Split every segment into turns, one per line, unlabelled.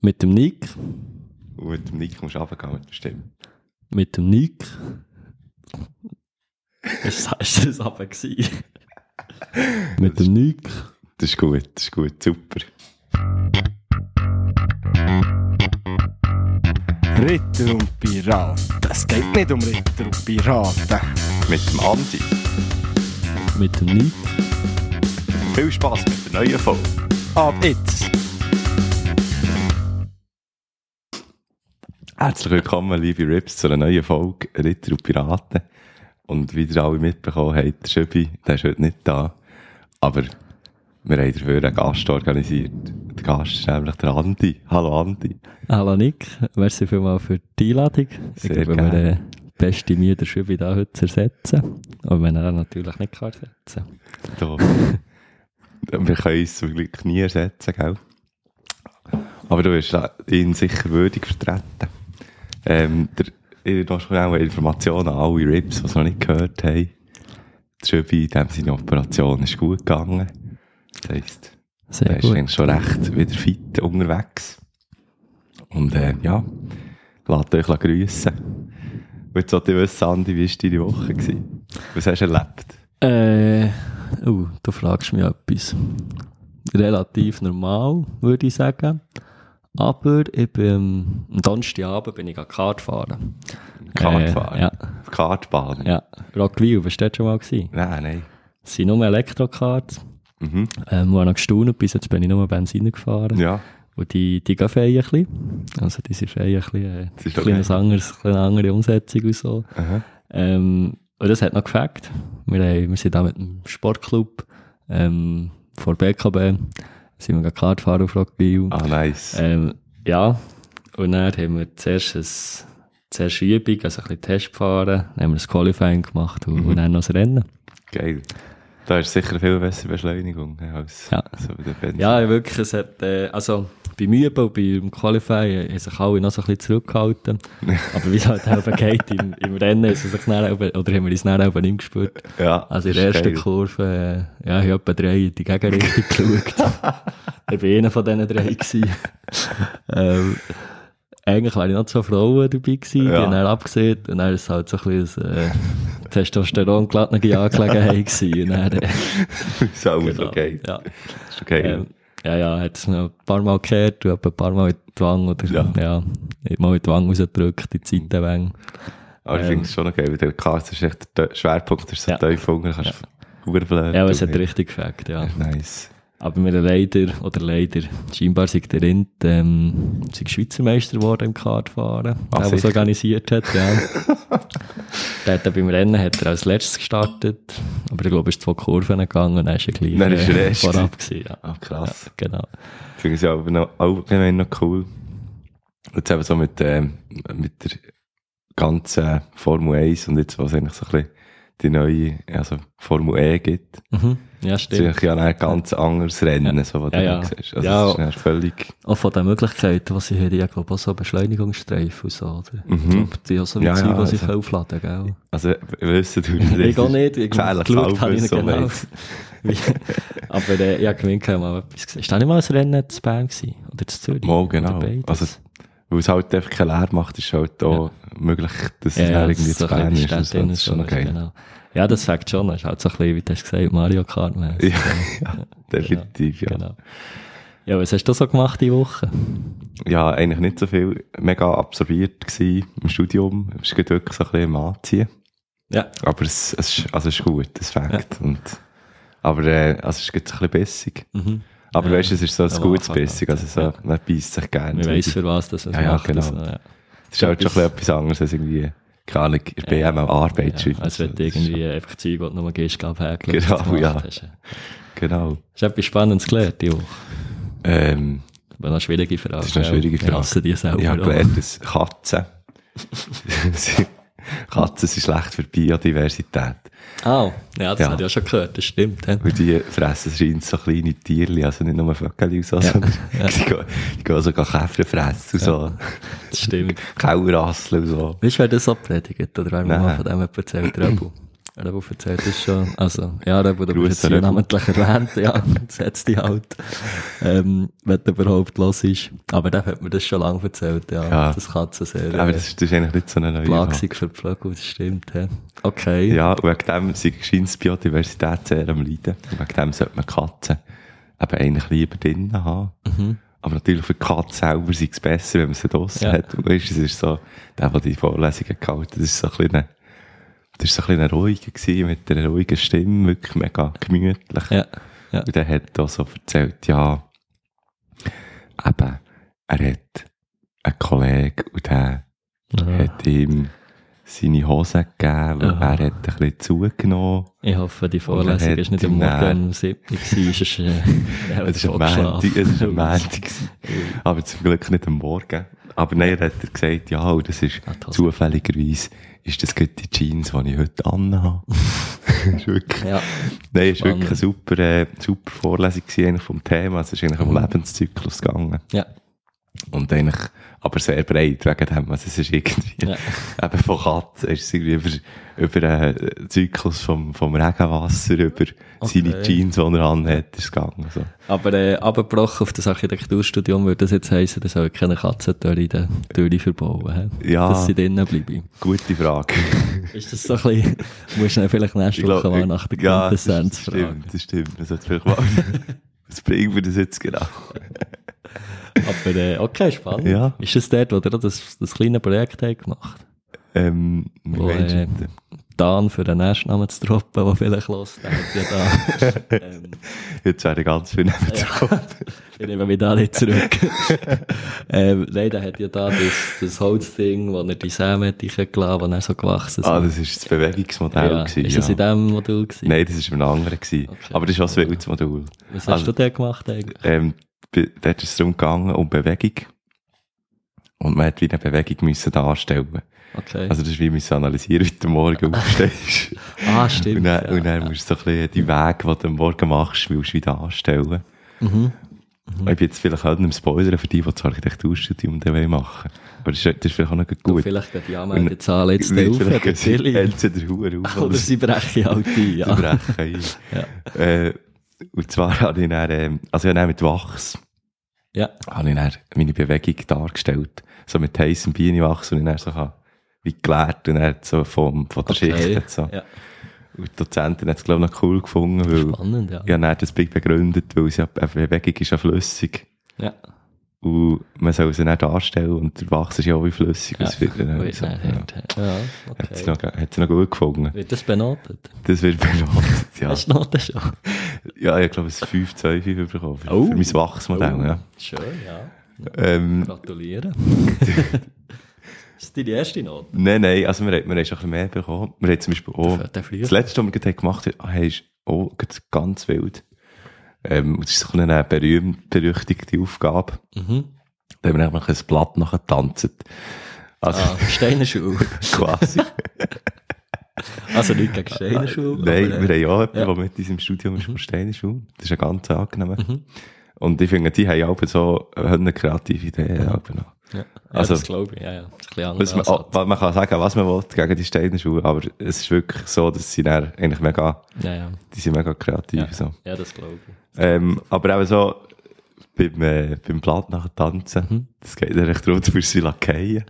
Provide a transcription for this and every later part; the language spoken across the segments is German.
Mit dem Nick.
Und mit dem Nick musst du runtergehen, mit der Stimme.
Mit dem Nick. Ist das, ist das aber gewesen? Mit dem Nick.
Das ist gut, das ist gut, super.
Ritter und Piraten. Es geht nicht um Ritter und Piraten.
Mit dem Andi.
Mit dem Nick.
Viel Spass mit der neuen Folge.
Ab jetzt.
Herzlich willkommen, liebe Rips, zu einer neuen Folge Ritter und Piraten. Und wie ihr alle mitbekommen habt, der Schöbi, der ist heute nicht da. Aber wir haben dafür einen Gast organisiert. Der Gast ist nämlich der Andi. Hallo Andi.
Hallo Nick. Merci vielmals für die Einladung.
Sehr
ich glaube,
gerne.
wir äh, beste Mühe der Schübe da heute zu ersetzen. Aber wenn er ihn natürlich nicht kann ersetzen kann.
Da. wir können uns zum Glück nie ersetzen, gell? Aber du wirst ihn sicher würdig vertreten. Ähm, der, ihr noch schnell eine Information an alle Rips, die es noch nicht gehört haben. Die Schöbi, in dem seine Operation ist gut gegangen. Das heisst,
Sehr
er ist
gut.
eigentlich schon recht wieder fit unterwegs. Und äh, ja, lasst euch grüßen. Jetzt wollte ich wissen, Andi, wie war deine Woche? Gewesen? Was hast du erlebt?
Äh, uh, du fragst mich etwas. Relativ normal, würde ich sagen. Aber ich bin, am Donnerstagabend bin ich an Kart fahren.
Kartfahren?
Äh, ja.
Kartbahn?
Ja, Rockville, bist du dort schon mal gewesen?
Nein, nein.
Es sind nur Elektrokarts.
Mhm.
Ähm, wo ich noch gestaunt bis jetzt bin ich nur Benziner gefahren.
Ja,
Und die, die gehen fein ein bisschen. Also die sind fein ein bisschen, äh,
Das ist
ein bisschen
okay.
ein anderes, eine andere Umsetzung und so.
aha.
Ähm, und das hat noch gefällt. Wir, haben, wir sind da mit dem Sportclub ähm, vor BKB. Sind wir gerade Kart fahren auf Rockville.
Ah, nice.
Ähm, ja, und dann haben wir zuerst, ein, zuerst eine Übung, also ein bisschen Test gefahren. Dann haben wir das Qualifying gemacht und, und dann noch das Rennen.
Geil. Da ist sicher viel bessere Beschleunigung ja, als
Ja.
so bei der Benz.
Ja, ja, wirklich, es hat, äh, also beim Üben und beim Qualifying haben sich alle noch so ein bisschen zurückgehalten. Aber wie es halt eben geht, im, im Rennen ist es sich dann eben, oder haben wir uns dann eben nicht mehr gespürt.
Ja,
Also in
das
der
ist
ersten
geil.
Kurve, äh, ja, ich habe etwa drei in die Gegenrichtung geschaut. ich war einer von diesen drei. gewesen. ähm, eigentlich waren ich noch zwei Frauen dabei, gewesen, die
Ja.
haben dann abgesehen und dann ist es halt so ein bisschen ein, äh, Testosteron geladene Angelegenheit gewesen. Und dann, äh,
so,
genau,
so geil.
ja.
Ist okay.
Ähm, ja, ja, hat es noch ein paar Mal gehört, du hast ein paar Mal in die Wange oder
Ja.
ja, nicht mal in die Wange rausgedrückt, die Zeitenwänge.
Aber ich
ähm,
finde es schon noch geil, weil der Kart ist echt, der Schwerpunkt ist so
Ja.
tief unten, kannst du hurbeln.
Ja, aber es hat richtig gefällt, ja.
Nice.
Aber wir haben leider, oder leider, scheinbar sind der Rind, ähm, sind Schweizer Meister geworden im Kartfahren, der,
Ah,
der es
sicher?
organisiert hat, ja. der hat dann beim Rennen hat er als letztes gestartet, aber ich glaube, er ist zwei Kurven gegangen und dann ist er gleich
Dann ist er
äh,
erst.
vorab gewesen, ja.
Ah, krass.
Ja, genau.
Ich finde es ja aber noch, allgemein noch cool. Jetzt eben so mit, ähm, mit der ganzen Formel 1 und jetzt, was eigentlich so ein bisschen die neue, also Formel E gibt.
Mhm. Ja,
Das ist
stimmt.
eigentlich ja ein ganz anderes Rennen, so was
Ja,
du
ja.
siehst. Also
Ja.
das ist ja völlig...
Auch von den Möglichkeiten, die sie haben, ich glaube auch so Beschleunigungsstreifen und so, oder?
Mhm.
Ich glaube, die haben so wie
Ja,
Zeug,
ja,
die sie
also-
aufladen können,
Also, wissen du, das
gell? Ich
ist
auch nicht, ich
gefährlich,
geschaut habe ich
halbes
nicht genau.
Sonnenlicht.
Wie- Aber äh, ich habe gewinnt, ich mal etwas gesehen. Ist da nicht mal ein Rennen zu Bern gewesen? Oder zu Zürich?
Mal, genau.
Oder beides?
Also, weil es halt einfach keine Lehre macht, ist halt auch möglich, dass
ja,
es
ja,
dann
das
irgendwie
ist so
zu
ein bisschen die Stadt
Bern ist. und so. Das
drin,
ist schon
so,
okay.
genau. Ja, das fängt schon an. Ist halt so ein bisschen, wie du hast gesagt, Mario Kart. Ja,
Ja, ja, definitiv, ja.
Genau. Ja, was hast du so gemacht die Woche?
ja, eigentlich nicht so viel mega absorbiert gsi im Studium. Es ist gerade wirklich so ein bisschen am Anziehen.
Ja.
Aber es, es, ist, also es ist gut, es fängt. Und, aber äh, also es ist gerade so ein bisschen bissig.
Mhm.
Aber
Ja.
weißt du, es ist so ein
Am
gutes
Anfang
Bissig. Also so, man beißt sich gerne.
Man
So,
weiss, für was das
Ja, ja,
macht.
genau.
Also, ja.
Es ist halt schon ein bisschen etwas anderes als irgendwie, keine Ahnung, in der BM am Arbeit
Ja,
schreiben.
als
So,
wenn du
das ist schon-
irgendwie einfach Zeug, das du nur gehst, gab hergelegt
Genau,
gemacht
ja.
hast. Hast
Genau.
du etwas Spannendes gelernt, die Woche?
Ähm,
Aber noch eine schwierige Frage.
Das ist eine schwierige
Ich hasse die
Frage.
selber.
Ich habe
auch.
gelernt, dass Katzen, Sie- Katzen sind schlecht für die Biodiversität.
Ah, ja, das
Ja.
habe ich auch schon gehört, das stimmt. Ja.
Weil die fressen scheint so kleine Tierli, also nicht nur Vögel und so, sondern die, gehen, die gehen sogar Käfer fressen und so.
Das stimmt.
Kauerasseln und so.
Weißt du, wer halt das so predigt? Oder wer mir
Nein.
mal von dem jemand erzählt? Röbel. Rebo erzählt das schon. Also, ja, Rebo, du bist
Grüße,
jetzt hier
Rebo.
namentlich erwähnt, ja, setz dich halt, ähm, wenn du überhaupt los ist. Aber der hat mir das schon lange erzählt, ja.
Ja.
Das Katzen sehr.
Aber das, ist- das ist eigentlich nicht so eine neue Sache.
Plagsig für die Vögel, das stimmt, hä? Okay.
Ja, und wegen dem sind- scheint die Biodiversität sehr am Leiden. Und wegen dem sollte man Katzen eben eigentlich lieber drinnen haben. Aber natürlich für die Katze selber sei es besser, wenn man sie draussen
Mhm. Ja.
hat. Und weißt, du, es ist so, der, der die Vorlesungen gehalten hat, das ist so ein bisschen, das ist so ein bisschen ruhiger gewesen, mit einer ruhigen Stimme, wirklich mega gemütlich.
Ja. Ja.
Und er hat auch so erzählt, ja, eben, er hat einen Kollegen und der
ja.
hat ihm seine Hose gegeben, weil
Ah.
er hat ein bisschen zugenommen.
Ich hoffe, die
Oder
Vorlesung
hat
ist nicht
die
am
Nähe.
Morgen um 7 Uhr gewesen, sonst, äh, hätte
Es
ich
ist ein
vorgeschlafen.
Montag, es ist ein Montag. gewesen. Aber zum Glück nicht am Morgen. Aber nein, er hat er gesagt, ja, und das ist
Ah, toll.
zufälligerweise, ist das gerade die Jeans, die ich heute anhabe. ist wirklich,
Ja.
Nein, es war
Spannend.
wirklich eine super, äh, super Vorlesung gewesen, eigentlich vom Thema. Es ist eigentlich
Mhm.
um Lebenszyklus gegangen.
Ja.
Und eigentlich, aber sehr breit wegen dem, also es ist irgendwie,
Ja.
eben von Katzen, es ist irgendwie über, über den Zyklus vom, vom Regenwasser, über seine
Okay.
Jeans, die er anhat, ist es gegangen. So.
Aber äh, abgebrochen auf das Architekturstudium würde das jetzt heissen, dass soll keine Katzentür in der Tür verbauen. hä?
Ja.
Dass sie drinnen bleiben.
Gute Frage.
Ist das so ein bisschen, musst du dann vielleicht nächste
Ich glaub,
Woche
ich-
Weihnachten
ja, das,
Quintessenz
das
fragen.
stimmt, das stimmt. Das hat vielleicht mal, was bringt mir das jetzt genau?
Aber äh, okay, spannend.
Ja.
Ist das dort, wo ihr das, das kleine Projekt habt gemacht
Ähm, wie
Wo,
meinst du
äh,
das?
Dan für den Erstnamen zu droppen, der vielleicht los ja da. ähm,
Jetzt wäre ich ganz viel neben
ich nehme mich da nicht zurück. ähm, nein, der hat ja da das, das Holzding, wo er die Samen hat reingelassen, wo er so gewachsen ist.
Ah, das war das Bewegungsmodell.
ja.
gewesen,
Ist das
ja.
in dem Modul gewesen?
Nein, das war ein anderer. gewesen.
Okay.
Aber das war auch ein wildes Modul.
Was hast
Also-
du denn gemacht eigentlich?
Ähm, be- dort ist es darum gegangen, um Bewegung. Und man hat wieder eine Bewegung müssen darstellen.
Okay.
Also das ist wie wir müssen analysieren, wie du morgen aufstehst.
ah, stimmt.
und dann,
ja.
und dann musst du so ein bisschen die Wege, die du am Morgen machst, willst du wieder anstellen.
Mhm.
Ich bin jetzt vielleicht auch nicht im Spoilern für die, die das Architekturstudium dann wollen machen wollen. Aber das ist, das ist vielleicht auch noch
Du,
gut.
vielleicht geht die Anmeldezahlen jetzt nicht auf,
Vielleicht
oder
gehen sie-
Tilly.
hält sie den Huren auf.
Oder sie brechen halt ein,
ja.
ja.
brechen ein. Äh, und zwar habe ich dann, ähm, also ich habe dann mit Wachs
Ja,
habe ich dann meine Bewegung dargestellt. So mit heißem Bienenwachs und ich dann so kann- wie gelehrt und dann so vom, von der Schicht.
okay.
hat So.
Ja.
Und die Dozentin hat es glaube ich noch cool gefunden, weil
Spannend, ja.
ich habe dann das Bild begründet, weil es ja, eine Bewegung ist ja flüssig.
ja.
Und man soll sie nicht darstellen und der Wachs ist ja auch wie flüssig.
Ja,
Das wird dann
Ui,
auch so,
nein,
ja.
hört, ja.
Hat sie
okay.
noch, hat sie noch gut gefunden.
Wird das benotet?
Das wird benotet, ja.
Hast du Noten schon?
Ja, ich glaube, es ist 5, 2, 5 bekommen. Für,
Oh.
für mein Wachsmodell, ja.
Schön, ja.
Ähm,
Gratuliere. das ist deine erste Note.
nein, nein, also wir, haben- wir haben schon ein bisschen mehr bekommen. Wir haben zum Beispiel auch,
Der- der Flieger.
Oh, das letzte, was wir gerade gemacht haben, ah, ist auch gerade ganz wild. Ähm, und es ist so eine berühmt, berüchtigte Aufgabe.
Mhm.
Da haben wir einfach ein Blatt nachher getanzt. Also,
Ah, Steinerschuh.
quasi.
Also nicht gegen Steinerschuh.
Nein,
aber, äh,
wir haben ja jemanden,
ja. Mhm.
der mit uns im Studium ist von Steinerschule. Das ist ja ganz angenehm. Und ich finde, die haben ja auch so eine kreative Idee. Mhm.
Ja, also,
also-
das glaube ich, ja, ja. Das ist ein bisschen
Was man,
anders.
oh,
als-
was man kann sagen, was man will gegen die Steinerschule, aber es ist wirklich so, dass sie dann eigentlich mega,
Ja, ja.
die sind mega kreativ. So.
ja, das glaube ich.
Ähm, aber eben so, beim, äh, beim Blatt nachher tanzen,
Mhm.
das geht dann echt darum, du musst sie lackieren.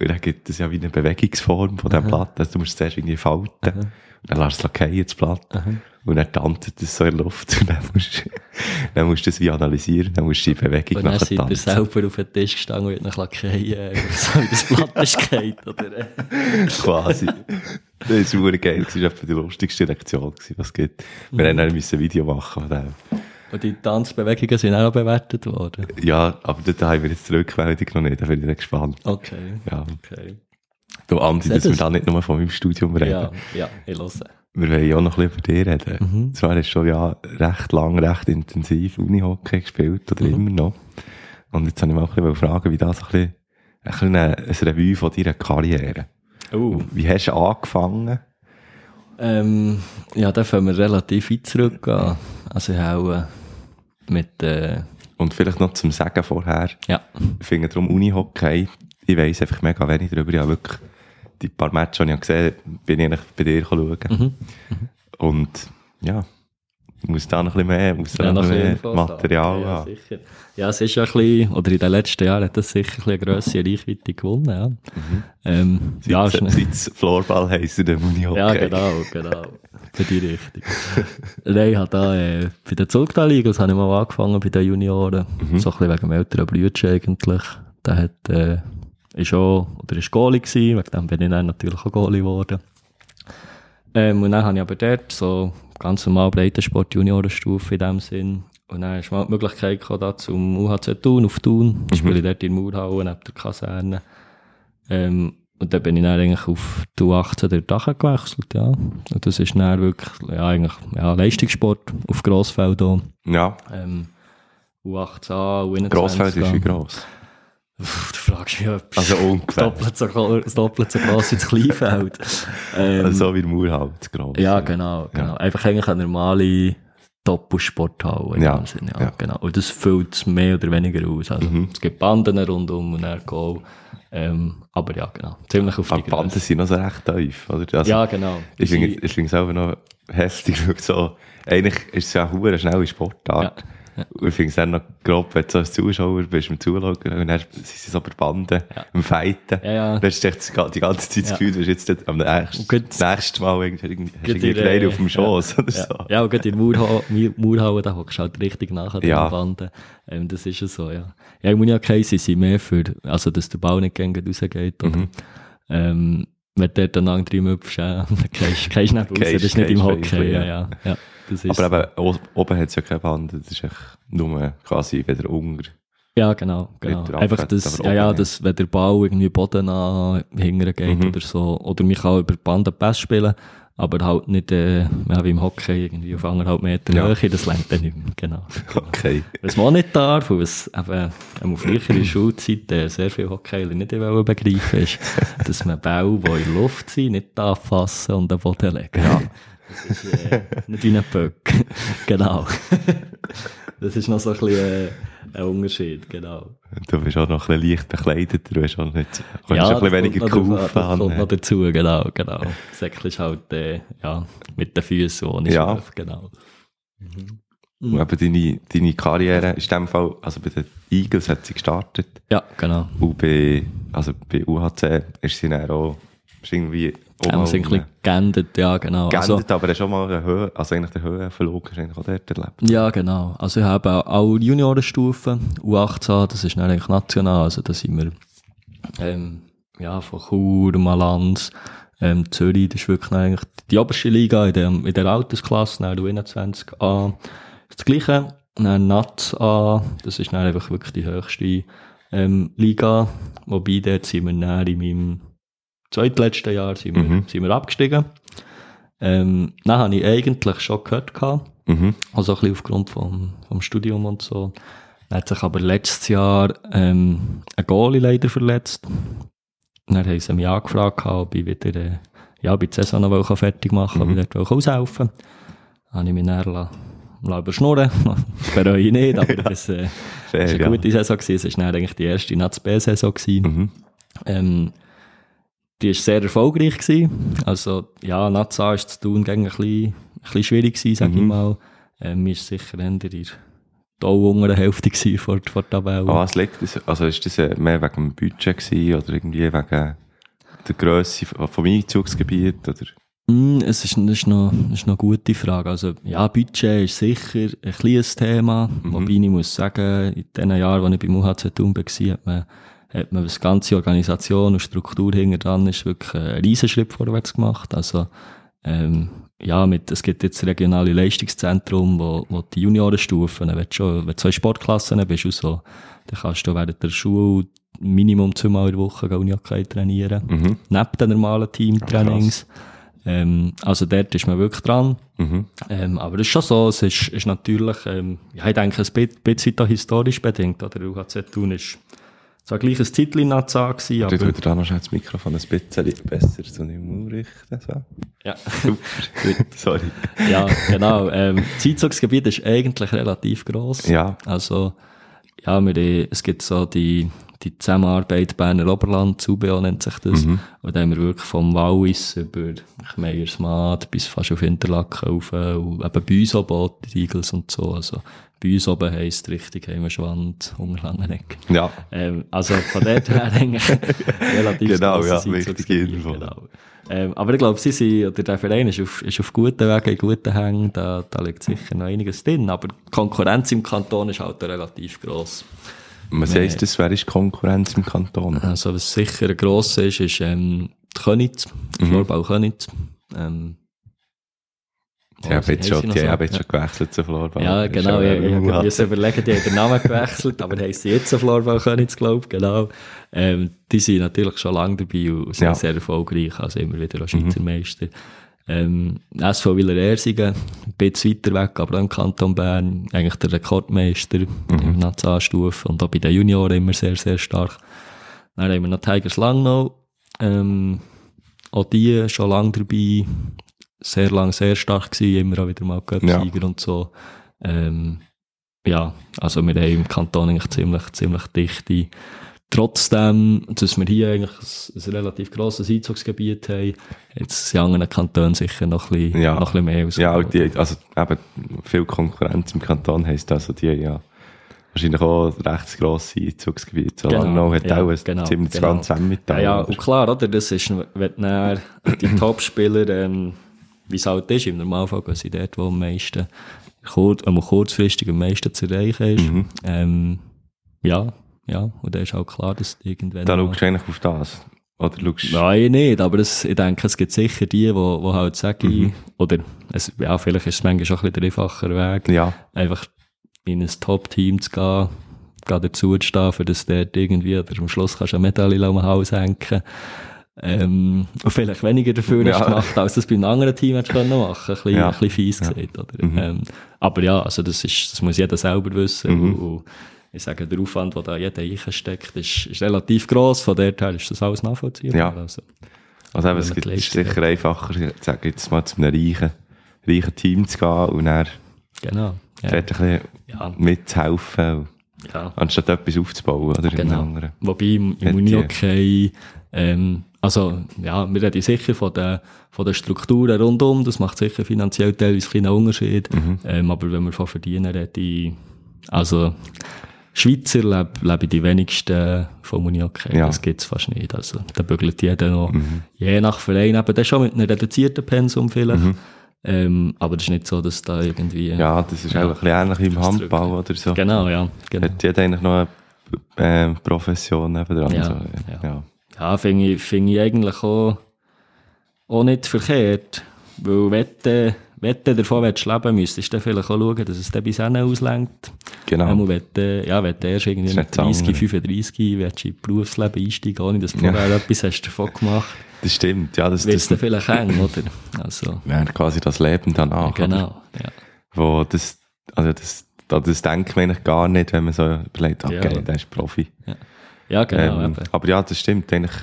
Und dann gibt es ja wie eine Bewegungsform von dem Blatt. Also du musst es zuerst irgendwie falten. Und dann lässt du es lackieren, das Blatt. Und dann tanzt es so in der Luft. Und dann musst, du- dann musst du das wie analysieren. Dann musst du die Bewegung
Und dann
nachher
seid ihr
tanzen.
selber auf den Tisch gestanden und habt ihn lackiert, äh, so wie das Blatt ist gefallen, oder? äh?
Quasi. Das war super geil. Das war etwa die lustigste Lektion, gewesen, was es gibt. Wir
Mhm.
haben dann müssen ein Video machen von dem.
Und die Tanzbewegungen sind auch bewertet worden.
Ja, aber dort haben wir jetzt die Rückmeldung noch nicht. Da bin ich dann gespannt.
Okay.
Ja.
Okay.
Du, Andi,
Sehr
dass wir
das-
da nicht nur von meinem Studium reden.
Ja, ja, ich höre.
Wir wollen ja auch noch ein bisschen über dich reden. Mhm. Zwar hast du schon ja recht lang, recht intensiv Unihockey gespielt,
Mhm.
oder immer noch. Und jetzt habe ich mal ein bisschen fragen, wie das ein bisschen, ein, bisschen ein, ein Revue von deiner Karriere.
Uh.
Wie hast du angefangen?
Ähm, ja, da fangen wir relativ weit zurück an. Also ich habe äh, mit, äh,
Und vielleicht noch zum Sagen vorher,
ja,
ich finde darum Unihockey, ich weiss einfach mega wenig darüber, ich habe wirklich die paar Matches, die ich gesehen habe, bin ich eigentlich bei dir schauen.
Mhm.
Und ja, muss da noch ein bisschen mehr, muss da noch
noch
ein
ein
bisschen
bisschen
mehr
Infos da.
Material
ja,
haben.
sicher. Ja, es ist ja ein bisschen, oder in den letzten Jahren hat das sicher ein bisschen eine grössere Reichweite gewonnen. Ja, ähm, ja, ist
Mhm. Seit
nicht-
seit es Floorball heisst in der Muni Hockey.
ja genau, genau. Für die Richtung. Nein, ich habe da, äh, bei den Zugtal-Eagles habe ich mal angefangen, bei den Junioren. So ein bisschen wegen dem älteren Brütsch eigentlich. Der hat, äh, ist auch, oder ist Goalie gewesen, wegen dem bin ich dann natürlich auch Goalie geworden. Ähm, und dann habe ich aber dort so ganz normal Breitensport Juniorenstufe in dem Sinn. Und dann ist mal die Möglichkeit gekommen, da zum UHC Thun auf Thun. Ich spiele dort in der Murhauen, neben der Kaserne. Ähm, und dann bin ich dann eigentlich auf die U18 der Dach gewechselt, ja. Und das ist dann wirklich, ja, eigentlich, ja, Leistungssport auf Grossfeld hier.
Ja,
Ähm, U18, U21.
Grossfeld ist wie gross.
Pff, Du fragst mich, ob
Also ungefähr.
doppelt so, gro- doppelt so gross wie das Kleinfeld. Ähm,
Also so wie der Mauer halt, zu gross.
ja, genau, genau. Einfach eigentlich eine normale Doppelsporthalle in
Ja,
dem Sinne, ja,
ja. Mhm.
genau. Und das füllt es mehr oder weniger aus. Also, Es gibt Banden rundum und dann Goal. Ähm, aber ja, genau. Ziemlich auf
Aber
die
die Banden
Grösse.
sind noch so recht tief, oder? Also,
Ja, genau.
Ich
Sie-
finde ich finde es selber noch hässlich, weil so, eigentlich ist es ja eine verdammt schnelle Sportart. Und Ich finde es dann noch grob, wenn du so als Zuschauer bist, im Zuschauen, und dann sind sie so bei Banden, im Fighten.
Ja, ja.
Dann hast du echt das ga- die ganze Zeit das
Ja.
Gefühl, du bist jetzt dort am nächsten,
Und gut-
das nächste Mal irgendwie, hast
Gut
irgendwie
in der-
Kleine auf dem Schoß oder
ja.
so.
Ja, und gerade in Murhauen, da hockst du halt richtig nachher
Ja.
den Banden. Ähm, das ist ja so, ja. Ja, ich muss ja keinen, sie sind mehr für, also, dass der Ball nicht gegen rausgeht, oder?
Mhm.
Ähm, wenn du dort dann drei Möpfst, dann gehst du nicht raus, das
Gehst-
ist nicht im
gehst
Hockey,
wirklich,
ja,
ja.
ja. ja das ist
Aber eben, o- oben hat es ja keine Bande, das ist echt nur quasi weder unter.
Ja, genau. genau.
Nicht der
Einfach
Abfahrt,
das,
aber
ja, ja,
oben, ja.
das, wenn der Ball irgendwie Boden an hingern geht
Mhm.
oder so. Oder mich auch über die Bande Pass spielen, aber halt nicht äh, ja, wie im Hockey irgendwie auf anderthalb Meter
Ja.
Höhe, das lenkt dann nicht mehr. Genau.
Okay.
Was man auch nicht darf, und was eben ähm, auf früher in Schulzeit äh, sehr viele Hockey nicht wollen begreifen ist, dass man Bälle, die in der Luft sind, nicht anfassen und an den Boden legen. Ja. Das ist äh, nicht wie ein Böck. genau. das ist noch so ein bisschen äh, ein Unterschied, genau.
Du bist auch noch ein bisschen leicht bekleidet, du hast auch nicht, kannst auch ein
das
bisschen weniger ne?
kommt noch drauf
Kufen
an, Das kommt noch
annehmen.
dazu, genau, genau. Das Säckchen ist halt, äh, ja, mit den Füßen ohne
Ja.
Schauf, genau.
Und eben deine, deine Karriere ist in dem Fall, also bei den Eagles hat sie gestartet
Ja, genau.
und bei, also bei UHC ist sie dann auch ist irgendwie auch
Haben wir
mal
es ein bisschen geändert, ja, genau.
geändert,
Also,
aber hast auch mal eine Höhe, also eigentlich den Höhenverlug hast du eigentlich auch dort erlebt.
ja, genau. Also ich habe auch, auch Juniorenstufen, U18, das ist dann eigentlich national, also da sind wir ähm, ja, von Chur, Malanz, ähm, Zürich, das ist wirklich dann eigentlich die oberste Liga in, dem, in der Altersklasse, dann U21A, ist das gleiche, dann NATS A, das ist dann einfach wirklich die höchste ähm, Liga, wobei dort sind wir dann in meinem zweitletzten Jahr sind wir, sind wir abgestiegen. Ähm, dann habe ich eigentlich schon gehört, gehabt,
Mhm.
also ein bisschen aufgrund vom, vom Studium und so. Dann hat sich aber letztes Jahr ähm, ein Goalie leider verletzt. Dann haben sie mich angefragt, ob ich wieder äh, ja, bei der Saison noch wollte fertig machen wollte, ob ich dort wollte aushelfen wollte. Dann habe ich mich dann la- la überschnurren lassen. Das bereue ich nicht, aber das äh,
Fair,
ist eine
ja.
gute Saison. gewesen. Es war dann eigentlich die erste Nats-B-Saison. gewesen.
Mhm.
Ähm, die war sehr erfolgreich. Gewesen. Also, ja, Nazar ist zu tun, gegen ein bisschen, ein bisschen schwierig, gewesen, sag ich mal. Ähm, mir war sicher eher in der Tau unter der Hälfte gewesen vor, vor der Tabelle.
An was liegt das? Also ist das äh, mehr wegen dem Budget gewesen oder irgendwie wegen der Grösse von- vom Einzugsgebiet oder?
Mm, Es ist, das ist, noch, das ist noch eine gute Frage. Also, ja, Budget ist sicher ein kleines Thema. Wobei ich muss sagen, in den Jahren, als ich beim UHC Thun war, hat man, hat man die ganze Organisation und Struktur hinter dran ist wirklich einen riesen Schritt vorwärts gemacht. Also, ähm, ja, mit, es gibt jetzt regionale Leistungszentrum, wo, wo die Juniorenstufen, wenn du, schon, wenn du so in Sportklassen bist und so, dann kannst du während der Schule Minimum zweimal in der Woche Unihockey trainieren. Neben den normalen Teamtrainings. Ähm, also dort ist man wirklich dran. Ähm, aber es ist schon so, es ist, ist natürlich, ähm, ja, ich denke, ein bi- bisschen da historisch bedingt. Oder der UHZ Thun ist zwar gleich ein Zeitchen in Nazar gewesen,
Dort
aber...
würde da noch schnell das Mikrofon ein bisschen besser zu dem Mauer richten. So.
Ja.
Super. Sorry.
ja, genau. Ähm, das Einzugsgebiet ist eigentlich relativ gross.
Ja.
Also, ja, wir, haben- es äh, gibt so die, die Zusammenarbeit Berner Oberland, Zubeo nennt sich das. Und da haben wir wirklich vom Wallis über Meiersmaat bis fast auf Interlaken auf, und eben bei uns oben auch die Eagles und so. Also bei uns oben heisst richtig Heimenschwand, Unterlangenegg.
Ja.
Ähm, also von dort her eigentlich relativ
Genau,
grosses
ja,
Einzugsgebiet,
wichtige Info.
Ähm, aber ich glaube, sie sind, oder der Verein ist auf, ist auf guten Wegen, in guten Hängen, da, da liegt sicher noch einiges drin. Aber die Konkurrenz im Kanton ist halt relativ gross.
Was heisst das? Wer ist die Konkurrenz im Kanton?
Also was sicher ein grosser ist, ist ähm, die Könitz, mhm. Florbau Könitz. Ähm,
Die haben
sie
jetzt
heisst
schon,
sie noch
die
so?
haben jetzt schon gewechselt zu Floorball.
Ja,
Das ist
genau.
auch
Ja,
im
ich
UHC.
habe mir überlegen, die haben den Namen gewechselt, aber haben sie jetzt einen Floorball können, ich glaube, genau. Ähm, die sind natürlich schon lange dabei und sind
Ja.
sehr erfolgreich, also immer wieder auch Schweizer Meister. Ähm, SV Wieler Ersingen, ein bisschen weiter weg, aber auch im Kanton Bern, eigentlich der Rekordmeister in der Nationalstufe und auch bei den Junioren immer sehr, sehr stark. Dann haben wir noch Tigers Langnau, ähm, auch die schon lange dabei, sehr lang, sehr stark gewesen, immer auch wieder mal Cup-Sieger und so. Ähm, ja, also wir haben im Kanton eigentlich ziemlich, ziemlich dichte. Trotzdem, dass wir hier eigentlich ein, ein relativ grosses Einzugsgebiet haben, jetzt in anderen Kantonen sicher noch ein bisschen,
Ja.
noch ein bisschen mehr.
Ja,
rausgeholt.
und die, also eben viel Konkurrenz im Kanton heisst also die ja wahrscheinlich auch ein recht grosses Einzugsgebiet. So
Genau,
Langnau hat
ja,
auch ein
genau,
ziemlich
genau.
ganz eng mit
Ja, ja,
oder?
und klar, oder? Das ist, wenn dann die Topspieler, ähm, wie es halt ist, im Normalfall gehen sie dort, wo am meisten, kurz, am kurzfristig am meisten zu erreichen ist.
Mhm.
Ähm, ja, ja, und da ist auch klar, dass irgendwann.
Da
mal-
schaust du eigentlich auf das. Oder schaust
Nein, nicht, aber es, ich denke, es gibt sicher die, die, die halt sagen,
Mhm.
oder es, ja, vielleicht ist es manchmal schon ein bisschen der einfacher Weg,
Ja,
einfach in ein Top-Team zu gehen, gehen dazu zu stehen, für das dort irgendwie, oder am Schluss kannst du eine Medaille um den Hals hängen. Ähm, und vielleicht weniger dafür
Ja.
hast gemacht, als das bei einem anderen Team hättest können machen können. Ein bisschen,
Ja. Mhm.
ein bisschen fies gesagt, oder? Ähm, aber ja, also das ist, das muss jeder selber wissen.
Mhm.
Und, und ich sage, der Aufwand, den da jeder reinsteckt, ist, ist relativ gross. Von der Teil ist das alles nachvollziehbar.
Ja.
Also,
also eben,
wenn
es
man
gibt-
die
ist
Leistung
sicher einfacher, ich sag jetzt mal, zu einem reichen, reichen Team zu gehen und dann
genau. Ja.
dort ein bisschen
Ja.
mitzuhelfen,
Ja.
anstatt etwas aufzubauen, oder? in einem
Genau.
anderen.
Wobei im, im
Nicht die.
Unihockey, ähm, also ja, wir reden sicher von den, von den Strukturen rundum, das macht sicher finanziell teilweise einen kleinen Unterschied,
Mhm.
ähm, aber wenn wir von Verdienen reden, also Schweizer leb- leben die wenigsten vom Unihockey,
Ja. Mhm.
das gibt es fast nicht, also da bügelt jeder noch, je nach Verein, aber das schon mit einem reduzierten Pensum vielleicht, ähm, aber das ist nicht so, dass da irgendwie...
Mhm. Ja, also, das ist auch ein bisschen ähnlich wie im Handball oder so.
Genau, ja, genau.
Hat jeder eigentlich noch eine äh, Profession nebenan?
Ja,
so,
ja.
ja.
Ja, finde ich, find ich eigentlich auch, auch nicht verkehrt. Weil wenn du, wenn du davon willst leben müsstest du dann vielleicht auch schauen, dass es dann bis hinten auslenkt.
Genau.
Einmal, wenn du, ja, wenn du erst irgendwie
ist
mit
nicht das
30,
andere.
35 willst du in das Berufsleben einsteigen, ohne dass du vorher etwas hast davon gemacht hast,
Das stimmt, ja, das,
wird es
das
dann vielleicht eng, oder? Also,
wäre quasi das Leben danach. oder?
genau. Ja.
Wo das, also das, da- das denkt man eigentlich gar nicht, wenn man so überlegt, okay,
Ja.
der ist Profi.
ja, genau.
ähm,
eben.
aber ja, das stimmt, eigentlich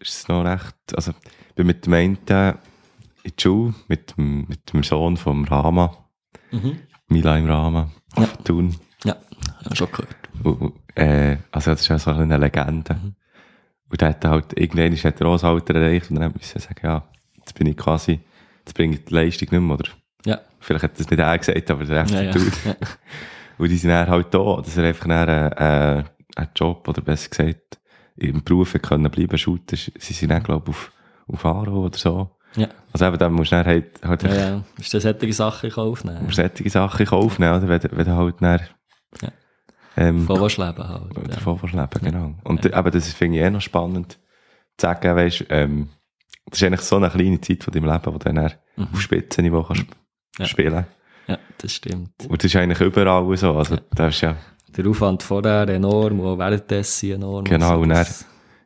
ist es noch recht, also ich bin mit dem einen äh, in die Schule, mit dem, mit dem Sohn vom Rama, Mila im Rama,
Mhm. Ja.
auf Thun.
Ja, ja, schon gehört.
Und, und, äh, also das ist ja so eine Legende.
Mhm.
Und der hat halt, irgendwann hat er auch das Alter erreicht und dann musste er sagen, ja, jetzt bin ich quasi, jetzt bringe ich die Leistung nicht mehr, oder?
Ja,
Vielleicht hat das nicht er gesagt, aber der FC
ja, ja.
Thun.
ja.
Und die sind dann halt da, dass er einfach dann, äh, äh, einen Job, oder besser gesagt, im Beruf hat können bleiben Shooter, sie sind dann, glaube ich, auf, auf Aro oder so.
ja.
Also eben, dann musst du dann halt, halt
ja,
ja,
ja. Ist das solche Sachen aufnehmen?
solche Sachen kaufen, oder? Wenn, du- wenn du halt dann,
Ja.
ähm,
Von was leben halt.
Ja.
Ja.
Davon leben, genau. Und d- eben, das finde ich eh noch spannend zu sagen, weißt, ähm, das ist eigentlich so eine kleine Zeit von deinem Leben, wo du dann eher auf Spitzenniveau kannst
Mhm. Ja.
spielen
ja, das stimmt.
Und das ist eigentlich überall so. Also, da ist ja,
der Aufwand vorher enorm und auch währenddessen enorm.
Genau,
Also
und er-
das-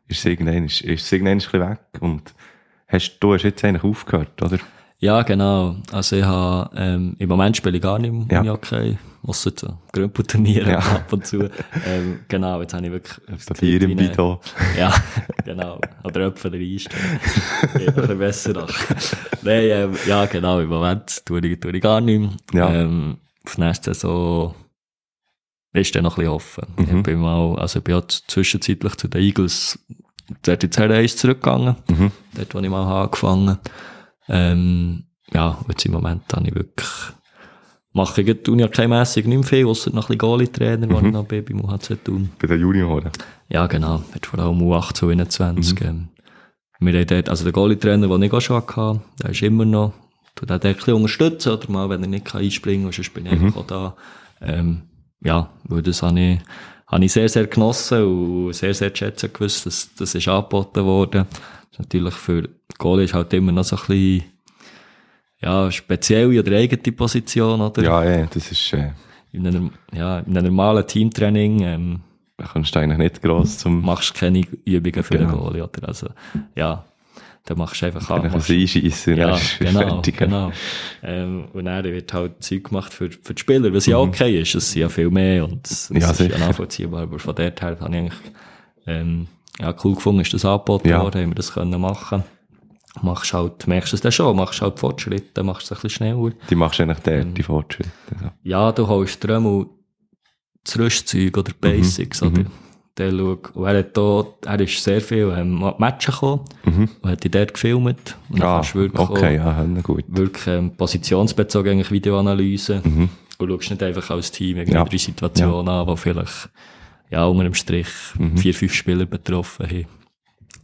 ist es irgendwann, ist, ist es irgendwann ein bisschen weg. Und hast, du hast jetzt eigentlich aufgehört, oder?
Ja, genau. Also ich habe, ähm, im Moment spiele ich gar nicht im
Ja.
ja. Hockey, ausser zu Grümpelturnieren
Ja.
ab und zu. ähm, genau, jetzt habe ich wirklich...
Papier im Bidon.
Ja, genau. Oder Öpfen der Einstellung. Geht noch ein bisschen besser nach. Nein, ähm, ja, genau, im Moment tue ich, tue ich gar nicht mehr.
Ja.
Ähm, auf die nächste Saison ist dann noch ein bisschen offen. Ich bin mal, also ich bin auch z- zwischenzeitlich zu den Eagles, dort jetzt Airways zurückgegangen, dort, wo ich mal habe angefangen habe. Ähm, ja, und jetzt im Moment habe ich wirklich, mache ich jetzt ja keimmässig nicht mehr viel, ausser noch ein bisschen Goalie-Trainer, wo ich noch bin beim UHC tun.
Bei den Junioren.
Ja, genau. Jetzt vor allem U18, U21. ähm, Wir haben dort, also der Goalie-Trainer, den ich auch schon hatte, der ist immer noch, tut auch dort ein bisschen unterstützen, oder mal, wenn er nicht kann einspringen kann, sonst bin ich einfach auch da. Ähm, ja, weil das habe ich, habe ich sehr, sehr genossen und sehr, sehr zu schätzen gewusst, dass das ist angeboten worden. Das ist natürlich für Goalie ist halt immer noch so ein bisschen, ja, speziell in der eigenen Position, oder?
Ja, ja, das ist, äh,
In einem, ja, in einem normalen Teamtraining, ähm,
da kannst du eigentlich nicht gross zum
machst keine Übungen für
Genau.
den Goalie, oder? Also, ja, dann machst du einfach
ein
an. machst-
bisschen einschiessen.
Ja,
dann ist es
genau,
fertig.
genau. Ähm, und dann wird halt Zeug gemacht für, für die Spieler, was ja okay ist, es sind ja viel mehr und es
Mhm. Ja,
es ist ja
sicher.
nachvollziehbar, aber von dort her habe ich eigentlich ähm, ja, cool gefunden, ist das angeboten
Ja.
worden, haben wir das können machen. Machst halt, merkst es dann schon, machst halt Fortschritte, machst es ein bisschen schneller.
Die machst du eigentlich der,
Mhm.
die Fortschritte. so.
ja, du holst Trömmel das Rüstzeug
Mhm.
oder die Basics, oder? Dann schau, und er hat da, er ist sehr viel ähm, an die Matches gekommen und hat die dort gefilmt. Und dann
Mhm. Ah,
kannst du wirklich,
okay,
auch,
ja, haben gut.
wirklich ähm, positionsbezogen eigentlich Videoanalyse und schaust nicht einfach als Team
Mhm. Ja.
irgendwie die Situation an, wo vielleicht ja, unter dem Strich
Mhm.
vier, fünf Spieler betroffen haben.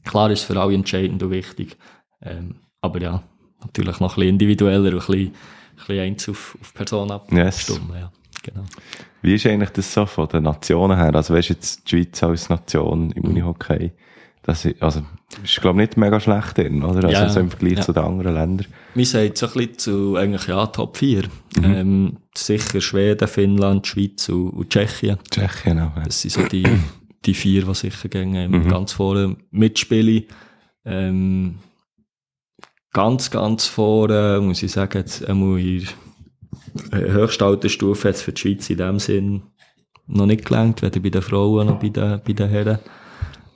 Klar ist es für alle entscheidend und wichtig, ähm, aber ja, natürlich noch ein bisschen individueller und ein bisschen, ein bisschen eins auf, auf Person ab.
Yes.
Stumm, ja. Genau.
Wie ist eigentlich das so von den Nationen her? Also, weißt du, jetzt die Schweiz als Nation
Mhm.
im Unihockey, das ist, also, ist, glaube ich, nicht mega schlecht drin, oder? Also,
Ja,
so im Vergleich
ja.
zu den anderen Ländern.
Wir sagen so ein bisschen zu eigentlich, ja, Top 4.
Mhm.
Ähm, sicher Schweden, Finnland, Schweiz und, und Tschechien.
Tschechien auch, ja.
Das sind so die, die vier, die sicher gehen, ähm, ganz vorne mitspielen. Ähm, ganz, ganz vorne, muss ich sagen, jetzt einmal in der äh, höchsten Altersstufe hat es für die Schweiz in dem Sinn noch nicht gelangt, weder bei den Frauen noch bei den, bei den Herren.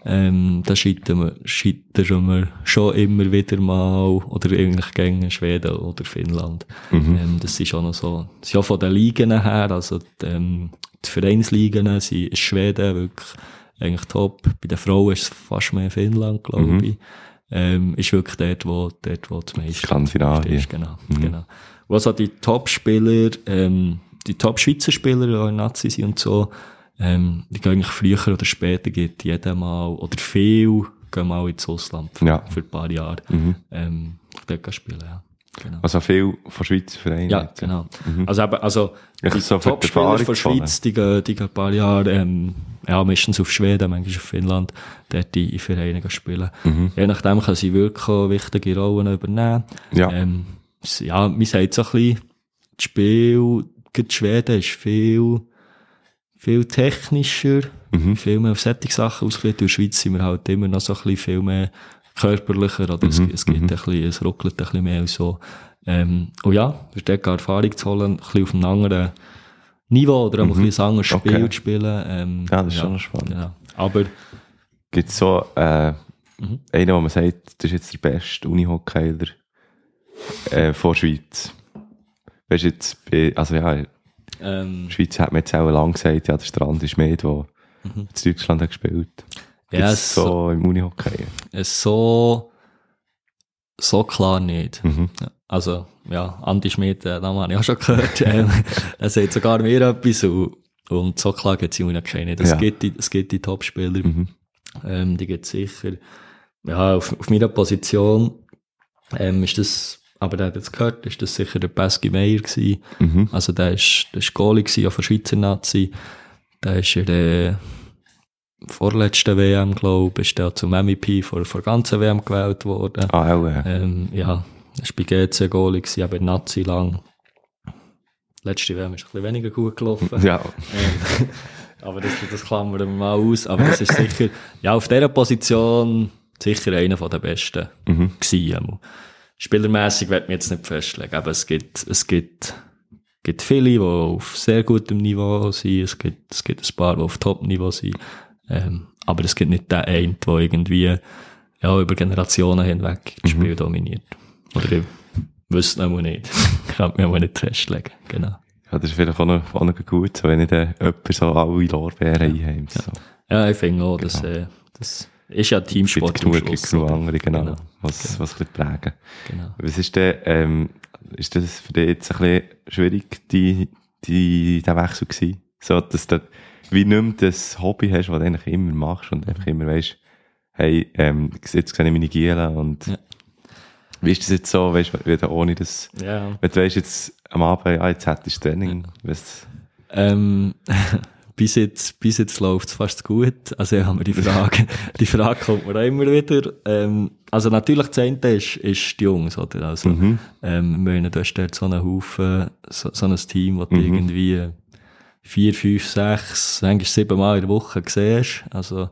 Ähm, da scheitern wir, scheitern wir schon immer wieder mal, oder eigentlich gegen Schweden oder Finnland. Ähm, das ist schon noch so. Das ist ja von den Ligen her, also die, ähm, die Vereinsligen sind ist Schweden wirklich eigentlich top. Bei den Frauen ist es fast mehr Finnland, glaube ich. Ähm, ist wirklich dort, wo, dort, wo das meiste
Skandinavien.
ist, genau. genau. Und also die Top-Spieler, ähm, die Top-Schweizer Spieler, die auch in Nazi sind und so, ähm, die gehen eigentlich früher oder später, geht jeder mal, oder viel, gehen mal ins Ausland für,
Ja.
für ein paar Jahre. Ähm, dort gehen spielen, ja. Genau.
Also, viel von Schweizer Vereinen.
Ja,
jetzt, Mhm.
genau. Also, eben, also die
Ich so für die
Top-Spieler
Erfahrung
von Schweiz, die gehen, die gehen ein paar Jahre, ähm, ja, meistens auf Schweden, manchmal auf Finnland, dort in in Vereinen gehen spielen.
Mhm.
Je nachdem können sie wirklich auch wichtige Rollen übernehmen.
Ja.
Ähm, s- ja, man sagt so ein bisschen, das Spiel, gerade Schweden ist viel, viel technischer,
Mhm.
viel mehr auf solche Sachen ausgelegt. In der Schweiz sind wir halt immer noch so ein bisschen viel mehr körperlicher, oder es,
Mhm.
es gibt ein bisschen, es ruckelt ein bisschen mehr und so. Ähm, und ja, es ist dort eine Erfahrung zu holen, ein bisschen auf einem anderen Niveau oder einfach ein bisschen ein anderes Spiel
Mhm. Okay.
zu spielen. Ähm,
Ja, das ist schon noch spannend.
Genau. Aber
Gibt es so, äh,
Mhm.
einen, wo man sagt, das ist jetzt der beste Unihockeyler, äh, von der Schweiz? Weißt du, jetzt, bei- also, ja,
ähm,
Die Schweiz hat mir jetzt auch lange gesagt, ja, der Strand ist Med, der in Deutschland hat gespielt
Mhm. Ja,
Gibt's
es-
so im Unihockey.
es so, so klar nicht. Also, ja, Andi Schmidt, äh, den Namen habe ich auch schon gehört. ähm, er sagt sogar mir etwas und, und so klar geht es ihm nicht kennen. Es
Ja.
gibt die, es gibt die Top-Spieler, ähm, die gibt es sicher. Ja, auf, auf meiner Position ähm, ist das, aber der hat jetzt gehört, ist das sicher der Pesky Meyer gewesen. Also der ist, der ist Goalie gewesen, auch für Schweizer Nazi. Der ist in der vorletzten WM, glaube ich, ist der zum MVP vor, vor der ganzen WM gewählt worden.
Ah, auch, äh,
Ähm, ja, das war bei GC Goalie, gewesen, aber Nazi lang. Letzte WM ist ein bisschen weniger gut gelaufen.
ja,
Ähm, aber das, das klammern wir mal aus. Aber das ist sicher, ja, auf dieser Position sicher einer von der besten mhm. gewesen. Spielermässig wird mir jetzt nicht festlegen, aber es gibt, es gibt, gibt viele, die auf sehr gutem Niveau sind. Es gibt, es gibt ein paar, die auf Top-Niveau sind. Ähm, aber es gibt nicht den einen, der irgendwie ja, über Generationen hinweg das Spiel dominiert. Oder ich wüsste es nicht. ich kann mich aber nicht festlegen. Genau.
Ja, das ist vielleicht auch noch, auch noch gut, so, wenn ich dann jemand so alle Lorbeeren einheimse. So.
Ja, ich finde auch, das, äh, das ist ja Teamsport.
Gibt genug,
am
gibt
Schluss,
genug
oder?
andere, genau,
Genau.
was, was ein bisschen prägen.
Genau.
Was ist denn, ähm, ist das für dich jetzt ein bisschen schwierig, die, die, der Wechsel gewesen? So, dass du wie nicht mehr das Hobby hast, was du eigentlich immer machst und
Mhm.
einfach immer weisst, hey, ähm, jetzt sehe ich meine Giele und
Ja.
wie ist das jetzt so, weisst du, wenn du ohne das,
Ja.
wenn du weisst, jetzt am Abend, ja, jetzt hättest du Training, weißt
Ähm, bis jetzt, bis jetzt läuft's fast gut. Also haben wir die Frage, die Frage kommt mir auch immer wieder. Ähm, also natürlich das eine ist, ist die Jungs, oder? Also,
Mhm.
ähm, ich meine, du hast dort so einen Haufen, so, so ein Team, das du
Mhm.
irgendwie vier, fünf, sechs, manchmal sieben Mal in der Woche siehst. Also,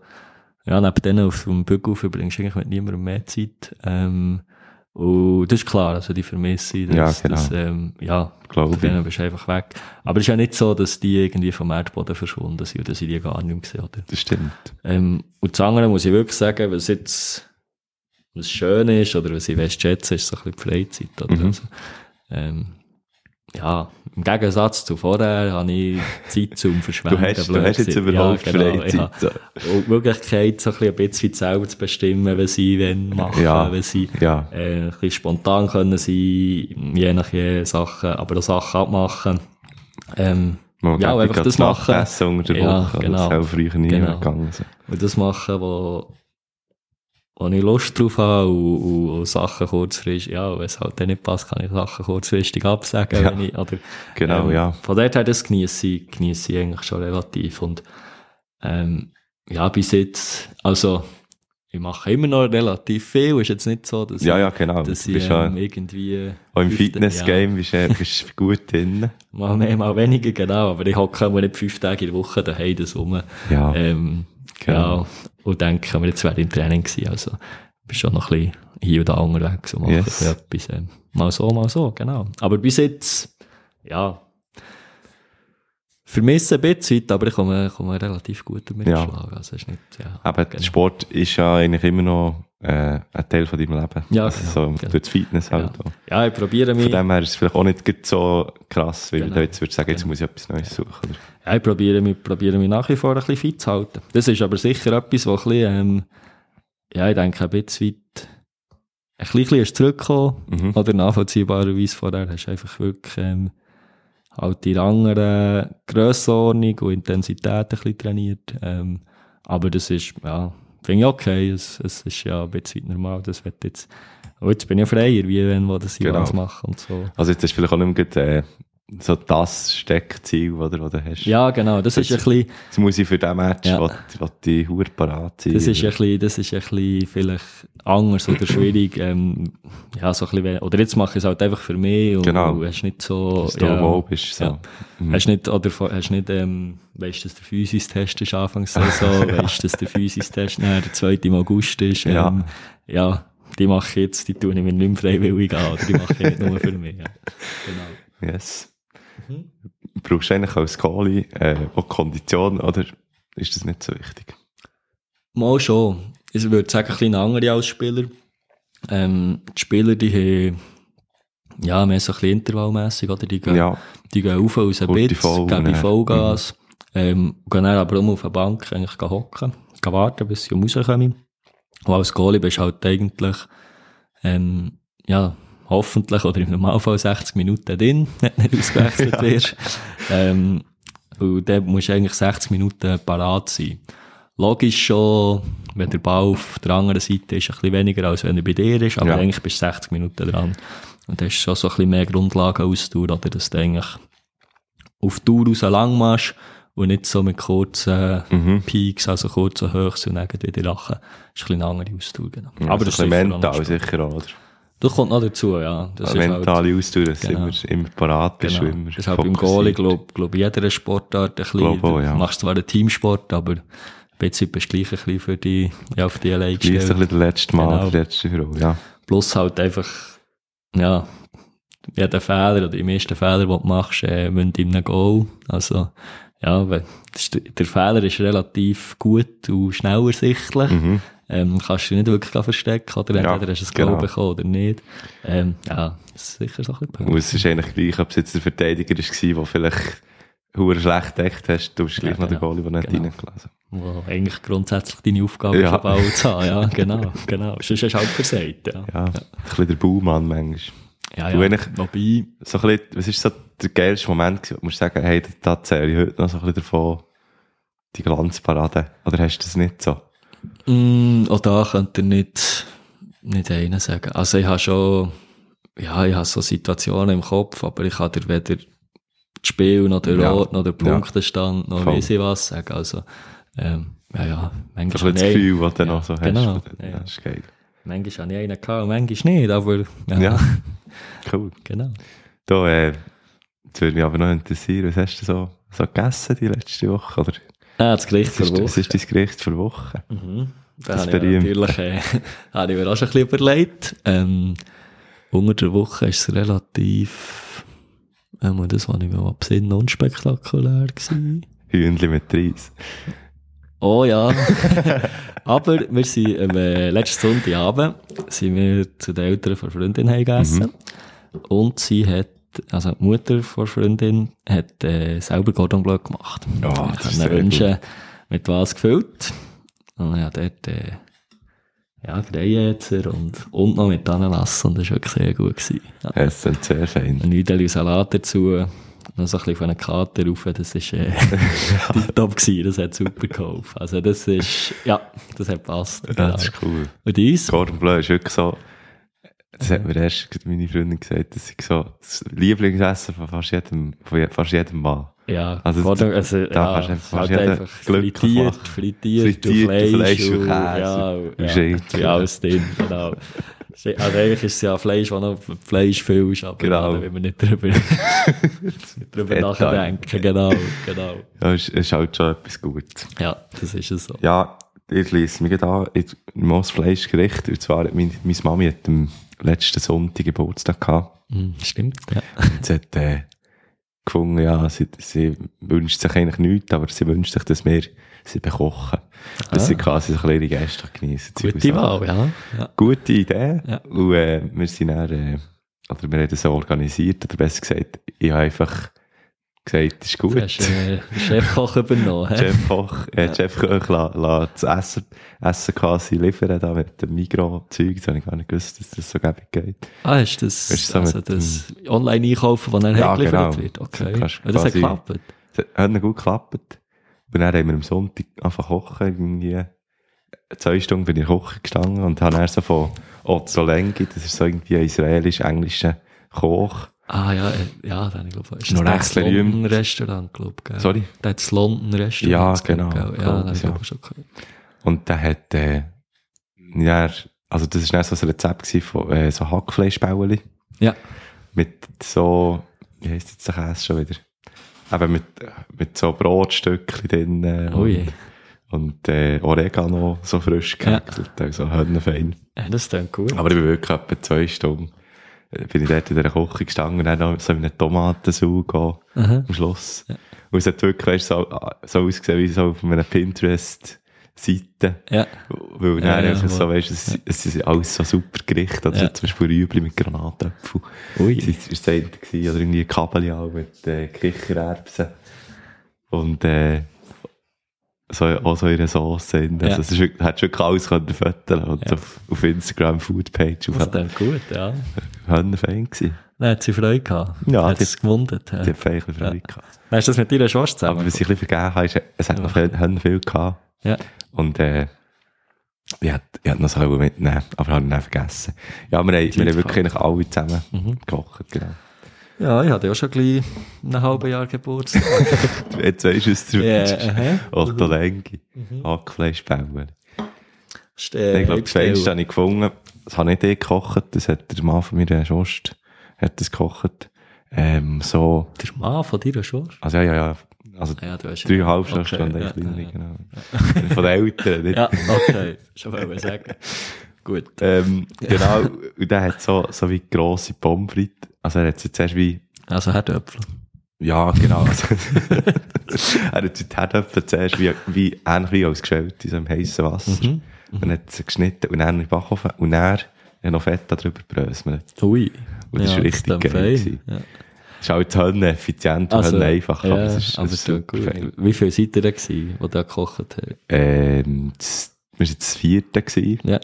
ja, neben denen auf dem Bügel verbringst du eigentlich mit niemandem mehr Zeit. Ähm, und das ist klar, also die vermisse ich. Das,
Ja, genau.
das, ähm, ja,
Glaube
von denen
ich.
bist du einfach weg. Aber es ist ja nicht so, dass die irgendwie vom Erdboden verschwunden sind oder dass ich die gar nicht mehr gesehen habe.
das stimmt.
Ähm, und das andere muss ich wirklich sagen, was jetzt was schön ist oder was ich best schätze, ist so ein bisschen die Freizeit. Oder?
Mhm.
Also, ähm, ja, im Gegensatz zu vorher habe ich Zeit zum Verschwenden.
Du hast, du
blöd
hast jetzt
gesagt.
überhaupt
ja, genau, ich
Freizeit.
habe-
so.
Und die Möglichkeit, so ein bisschen ein bisschen selber zu bestimmen, was ich wenn mache,
Ja.
was ich
Ja.
äh, ein bisschen spontan können sein, je nach je Sachen, aber auch Sachen abmachen. Ähm,
Man
ja, und einfach das machen.
Essen unter der
Ja,
Woche,
genau.
das ist auch früher nie
Genau.
gegangen. So.
Und das machen, wo, wo ich Lust drauf habe und, und, und Sachen kurzfristig, ja, wenn es halt dann nicht passt, kann ich Sachen kurzfristig absagen.
Ja.
Wenn ich, oder,
Genau,
ähm,
ja.
Von dort her, das genieße ich, genieße ich eigentlich schon relativ. Und ähm, ja, bis jetzt, also ich mache immer noch relativ viel, ist jetzt nicht so, dass
Ja,
ich,
ja, genau.
dass
du
ich
bist ja
ähm, irgendwie...
auch im
fünfte- Ja,
Fitness-Game bist, äh, bist du gut drin.
mal mehr, mal weniger, genau. Aber ich hocke immer nicht fünf Tage in der Woche daheim, das rum.
Ja,
Ähm,
Genau.
Ja, und denken wir, jetzt wäre ich im Training gewesen. Also, ich bin schon noch ein bisschen hier und da unterwegs und mache
Yes.
so etwas. Ähm, mal so, mal so, genau. Aber bis jetzt, ja, vermisse ein bisschen, Zeit, aber ich komme, komme relativ gut damit
Ja.
klar. Also, ist nicht, ja.
aber
genau.
Sport ist ja eigentlich immer noch äh, ein Teil von deinem Leben.
Ja,
also
genau,
so
genau.
durch das Fitness halt.
Ja.
auch.
ja, ich probiere mich.
Von dem her ist es vielleicht auch nicht gerade so krass, weil
Genau.
du jetzt würdest sagen, jetzt muss ich etwas Neues suchen. Oder?
Ja, ich probiere mich, probiere mich nach wie vor ein bisschen fit zu halten. Das ist aber sicher etwas, was ein bisschen, ähm, ja, ich denke, ein bisschen weit, ein bisschen ist zurückgekommen.
Mhm.
Oder nachvollziehbarerweise vorher hast du einfach wirklich, ähm, halt in einer anderen Grössenordnung und Intensität ein bisschen trainiert. Ähm, aber das ist, ja, finde ich okay. Es, es ist ja ein bisschen normal. Das wird jetzt, aber jetzt bin ich ja freier, wie wenn wir das
Genau.
Events machen und so.
Also jetzt ist vielleicht auch nicht mehr gerade, äh, so das Steckziel, oder, was du hast.
Ja, genau. Das ist ein bisschen,
Jetzt muss ich für diesen Match,
Ja.
ja. wo, wo die Hure parat sein.
Das ist,
oder?
ein bisschen, das ist ein bisschen vielleicht anders oder schwierig. Ähm, ja, so ein bisschen, we- oder jetzt mache ich es halt einfach für mich und
Genau.
und hast nicht so...
Dass du
ja,
wohl bist. So.
ja. Hast nicht, oder vor- hast nicht, ähm, weißt, dass der Physis-Test ist Anfangssaison, weißt, dass der Physis-Test nachher der 2. im August ist. Ähm, ja.
Ja.
die mache ich jetzt, die tue ich mir nicht mehr freiwillig an, oder die mache ich nicht nur für mich. Ja. Genau.
Yes. Brauchst du eigentlich als Goalie äh, auch Kondition, oder ist das nicht so wichtig?
Mal schon. Ich würde sagen, ein bisschen andere als Spieler. Ähm, die Spieler, die haben ja, mehr so ein bisschen intervallmässig, oder? Die gehen,
Ja,
die gehen rauf aus dem
Kurze
Bett,
Folgen,
geben
ja.
Vollgas, ähm, gehen dann aber um auf der Bank eigentlich gehen hocken, gehen warten, bis sie um rauskommen. Und als Goalie bist du halt eigentlich, ähm, ja, hoffentlich oder im Normalfall 60 Minuten drin, wenn du nicht ausgewechselt wirst. Ähm, und dann musst du eigentlich 60 Minuten parat sein. Logisch schon, wenn der Ball auf der anderen Seite ist, ein bisschen weniger als wenn er bei dir ist, aber
Ja.
eigentlich bist du 60 Minuten dran. Und da ist schon so ein bisschen mehr Grundlagenausdauer, oder dass du eigentlich auf die Tour raus lang machst und nicht so mit kurzen
Mhm.
Peaks, also kurzen Höchst und dann wieder lachen. Das ist ein bisschen eine andere Ausdauer. Genau.
Ja, aber das ist Also ein bisschen
sicher auch noch
mental sicher, auch, oder?
das kommt noch dazu, ja. Das halt-
Also mentale Ausdauer, dass
Genau.
du immer, immer parat bist,
genau.
immer
Das ist halt beim Goalie, glaub, glaub ich, jeder Sportart ein bisschen.
Glaub auch, ja.
Du machst zwar einen Teamsport, aber Prinzip bist du gleich ein bisschen für die, ja, auf die allein
Wie ist ein
gestellt.
bisschen der letzte Mal,
Genau.
die letzte Frau, ja.
Plus halt einfach, ja, jeder Fehler oder die meisten Fehler, die du machst, äh, münden in einem Goal. Also, ja, weil das ist, der Fehler ist relativ gut und schnell ersichtlich. ähm, kannst du nicht wirklich verstecken, oder
Mhm. Ja,
entweder hast du es
genau.
genau. bekommen oder nicht. Ähm, ja, das ist sicher so ein bisschen
Und es ist eigentlich gleich, ob es jetzt der Verteidiger war, der vielleicht hure schlecht gedeckt hast, du bist
Ja,
gleich noch der
genau.
Goalie, der nicht
Genau.
reingelassen
Wo eigentlich grundsätzlich deine Aufgabe
Ja.
ist, einen Ball zu haben. Ja, genau, genau. Sonst hast du halt versagt, ja.
Ja, ein bisschen der Baumann manchmal.
Ja,
Du,
ja.
eigentlich-
Wobei,
So ein bisschen, was ist so der geilste Moment, gewesen, wo du musst sagen, hey, da- da zähle ich heute noch so ein bisschen davon, die Glanzparade. Oder hast du das nicht so?
Mm, auch da könnt ihr nicht, nicht einen sagen. Also ich habe schon, ja, ich habe so Situationen im Kopf, aber ich kann dir weder das Spiel, noch den
Ja.
Ort, noch den
Ja.
Punktestand, noch
Voll.
weiss ich was sagen. Also, ähm, ja, ja,
So ein bisschen
manchmal
das
habe ich-
Gefühl, das du
Ja,
noch so hast.
genau.
Ja,
Ja.
das ist geil.
manchmal habe ich einen gehabt und manchmal nicht, aber ja,
Ja, cool.
genau.
Da, äh, das würde mich aber noch interessieren, was hast du so, so gegessen die letzte Woche? Oder
Ah, das Gericht
was, ist,
verwoben.
was ist dein Gericht für Woche?
Mhm. Da
Das
habe ich mir
berühmte.
natürlich äh, habe ich mir auch schon ein bisschen überlegt. Ähm, unter der Woche ist es relativ, ähm, das war ich mir mal besinnen, unspektakulär gewesen.
Hühnli mit Reis.
Oh ja. Aber wir sind am äh, letzten Sonntagabend sind wir zu den Eltern von Freundin gegessen.
Mhm.
Und sie hat, also die Mutter von Freundin, hat äh, selber Gordon Bleu gemacht.
Oh,
ich
das
kann
ist
mir
sehr
wünschen, mit was gefüllt. Und ja, dort äh, ja, Greijäzer und, und noch mit Ananas. Und das war wirklich sehr gut. Gewesen. Ja.
Es sind sehr fein.
Ein Nüdel Salat dazu, noch so ein bisschen von einem Kater rauf, das ist äh, top gewesen, das hat super geholfen. Also das ist, ja, das hat passt.
Ja, das ist cool.
Und uns?
Cordon Bleu ist wirklich so, das hat mir erst gerade meine Freundin gesagt, das ist so das Lieblingsessen von fast jedem, von je- fast jedem Mann.
Ja,
Also,
Gordon, also,
da
ja,
kannst du einfach-
halt
kannst du
einfach
glücklich
frittiert,
machen.
frittiert,
Frittiert,
frittiert
Fleisch
Fleisch
und
und,
Käse eh
ja,
und
ja,
Schinken.
ja, alles drin, genau. Also eigentlich ist es ja Fleisch, das noch mit Fleisch füllst, aber
Genau.
ja, wenn wir nicht drüber, nicht drüber
Detail.
nachdenken, genau, genau.
Ja, es ist halt schon etwas Gutes.
Ja, das ist es so.
Ja, ich lese mich da im Fleischgericht. Und zwar, hat meine, meine Mami hat am letzten Sonntag Geburtstag gehabt.
Hm, Stimmt, ja.
Und sie hat äh, gefunden, ja, sie, sie wünscht sich eigentlich nichts, aber sie wünscht sich, dass wir sie bekochen. Dass
Ah.
sie quasi so ein bisschen ihre Gäste genießen.
Gute Wahl, ja. ja.
Gute Idee.
Ja.
Und äh, wir sind dann, äh, oder wir haben das so organisiert, oder besser gesagt, ich habe einfach gesagt, das ist gut.
Du hast äh, den Chefkoch übernommen. hä?
Chef Koch, äh, Chef Koch la, la das Essen, Essen quasi liefern, da mit dem Migros-Zeug, das habe ich gar nicht gewusst, dass das so gäbig geht.
Ah, ist das,
Hast du so
also
mit
das Online-Einkaufen, das dann
Ja,
hergeliefert
genau.
wird?
Du
Okay.
kannst
Und das hat
quasi-
geklappt.
Das hat noch gut geklappt. Und dann haben wir am Sonntag einfach kochen, irgendwie zwei Stunden bin ich kochen gestanden und habe dann so von Ozolengi, das ist so irgendwie ein israelisch-englischer Koch,
Ah, ja, äh, ja, dann, ich glaube, ist
Noch
das
recht
das
berühmt.
London Restaurant, glaube ich. gell?
Sorry?
Das hat das London Restaurant.
Ja, genau.
Glaub, gell?
Cool,
eh. ja, das habe ich
ja.
glaube schon gehört.
Und der hat, äh, ja, also das war dann so ein Rezept gewesen von äh, so Hackfleischbäueli
Ja.
mit so, wie heisst jetzt der Käse schon wieder? Eben mit, mit so Brotstückchen drin äh,
Oh je.
und äh, Oregano so frisch
Ja.
gehäckselt, also höllenfein.
Ja, das klingt gut.
Aber ich bin wirklich etwa zwei Stunden äh, bin ich dort in der Küche gestanden und dann noch so in einem Tomatensud gehen
Aha.
am Schluss. Und es hat wirklich weisst, so, äh, so ausgesehen wie so auf einer Pinterest-Seite.
Ja.
Weil
Ja,
dann
ja,
einfach so,
voll.
weißt, es, es ist alles so super Gericht. Also
Ja.
zum Beispiel Rüebli mit Granatäpfel.
Ui.
Das ist- ist das eine gewesen. Oder irgendwie Kabeli auch mit äh, Kichererbsen. Und äh, so, auch so in einer Sauce. drin. Also
Ja.
es ist wirklich, hat schon alles können föteln und
Ja.
auf, auf Instagram Foodpage
Das
auf
klingt gut, ja. Nou,
Hörnerfan gewesen.
Dann hat sie Freude gehabt.
Ja,
Hat
die-
es gewundert. Ja.
Die hat viel Freude gehabt.
Dann Hast du das mit deiner Schwester
Aber
zusammen?
was ich ein bisschen vergeben habe, ist, es hat noch viel, Hörner viel gehabt.
Ja.
Und äh, ich hätte ich hätte noch selber mitnehmen, aber habe ihn dann vergessen. Ja, wir haben, wir haben wirklich eigentlich alle zusammen
Mhm.
gekocht, genau.
ja, ich hatte auch schon gleich ein halbes Jahr Geburtstag.
Jetzt weisst du es zurück.
Ja, aha. Mhm.
Otto Lengi, Hackfleischbauer.
Ist, äh,
Ah, Ich glaube, das
Heizstelle.
Fenster habe ich gefunden. Das habe nicht ich gekocht, das hat der Mann von meiner Schwester hat das gekocht. Ähm, so,
Der Mann von dir schon?
also ja, ja, ja. Also
Ah, Ja, du hast
dreieinhalb Stunden
Okay,
stand
ja,
ich kleiner,
ja, ja.
genau. Von den Eltern, nicht
Ja, okay. Schon mal sagen. Gut.
Ähm, genau, und der hat so, so wie grosse Pommes frites. Also er hat sie zuerst wie
Also Herdöpfel.
Ja, genau. Also, er hat sich die Herdöpfel zuerst wie, wie, ähnlich wie als geschält in so einem heissen Wasser.
Mhm,
Dann hat sie geschnitten und dann in den Backofen und dann hat er noch Fett darüber bröselt.
Hui.
Und das ist richtig
klingt
geil
fein.
gewesen. Es ist halt Hölle effizient und
Also,
Hölle einfach,
ja,
aber es ist, es ist
klingt
super fein.
gut. Wie viel seid ihr da gewesen, die da gekocht haben?
Ähm, das, wir waren jetzt das vierte, gewesen,
Ja.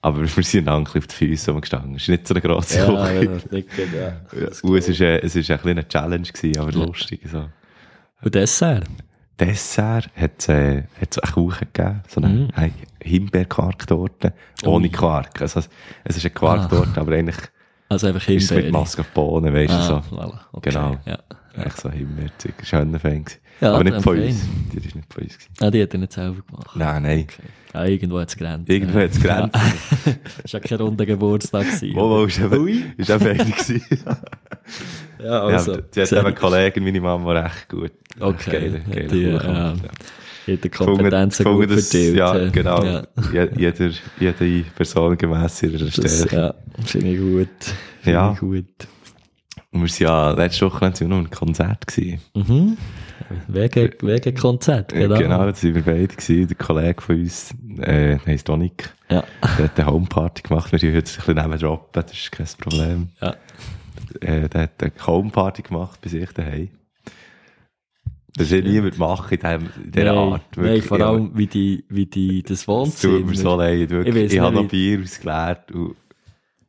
aber wir sind dann ein bisschen auf die Füße rumgestanden. Es ist nicht so eine grosse Küche.
dicke, ja.
Ja, und es war äh, es ist ein bisschen eine Challenge, gewesen, aber lustig. So.
Und Dessert?
Dessert hat es äh, hat's einen Kuchen gegeben, so eine
Mhm. Oh.
mm. Himbeerquarktorte, ohne
Ui.
Quark. Also, es- es ist eine Quarktorte,
Ah.
aber eigentlich
Also einfach
ist es mit
Himbeere.
Mascarpone, weißt du,
Ah,
so.
voilà. okay.
Genau.
Ja.
Echt so Himbeerzeug. Schöner Fan gewesen.
Ja,
aber nicht von
fein.
uns. Die ist nicht von uns gewesen.
Ah, die hat er nicht selber gemacht.
Nein, nein.
Ah, irgendwo hat es Grenzen.
Irgendwo hat es Grenzen.
Es war ja kein runder Geburtstag. gewesen.
Wo, wo, ist eben, ist eben eine gewesen.
Ja,
Ja,
also.
sie hat
sehe
eben einen
ich.
Kollegen, meine Mama, recht gut.
Okay.
Geiler,
Hat
geiler
die,
Kuchen
äh,
gemacht, ja.
Jede
Gefunden-
Kompetenz hat
gefunden,
gut
dass-
verteilt. äh,
Ja, genau.
Ja.
Je- Jeder, jede Person gemäss ihrer
Das,
Stärke.
ja, finde ich gut. Finde
Ja.
ich gut.
Und wir sind ja, letzte Woche waren wir noch im Konzert. Gewesen.
Mhm. Wegen, wegen Konzert,
Genau.
genau.
genau, das waren wir beide. Gewesen. Der Kollege von uns, äh, der heisst Donik,
Ja,
der hat eine Homeparty gemacht. Wir dürfen jetzt ein bisschen neben droppen, das ist kein Problem.
ja.
Äh, der hat eine Homeparty gemacht bei sich daheim. Das wird niemand machen in, dem, in dieser
nein,
Art.
nein,
wirklich.
vor
Ja,
allem, wie die, wie die das
Es tut
Wohnzimmer.
mir so leid, wirklich.
Ich
Ich,
weiss
habe
nicht,
noch Bier ausgeleert. und-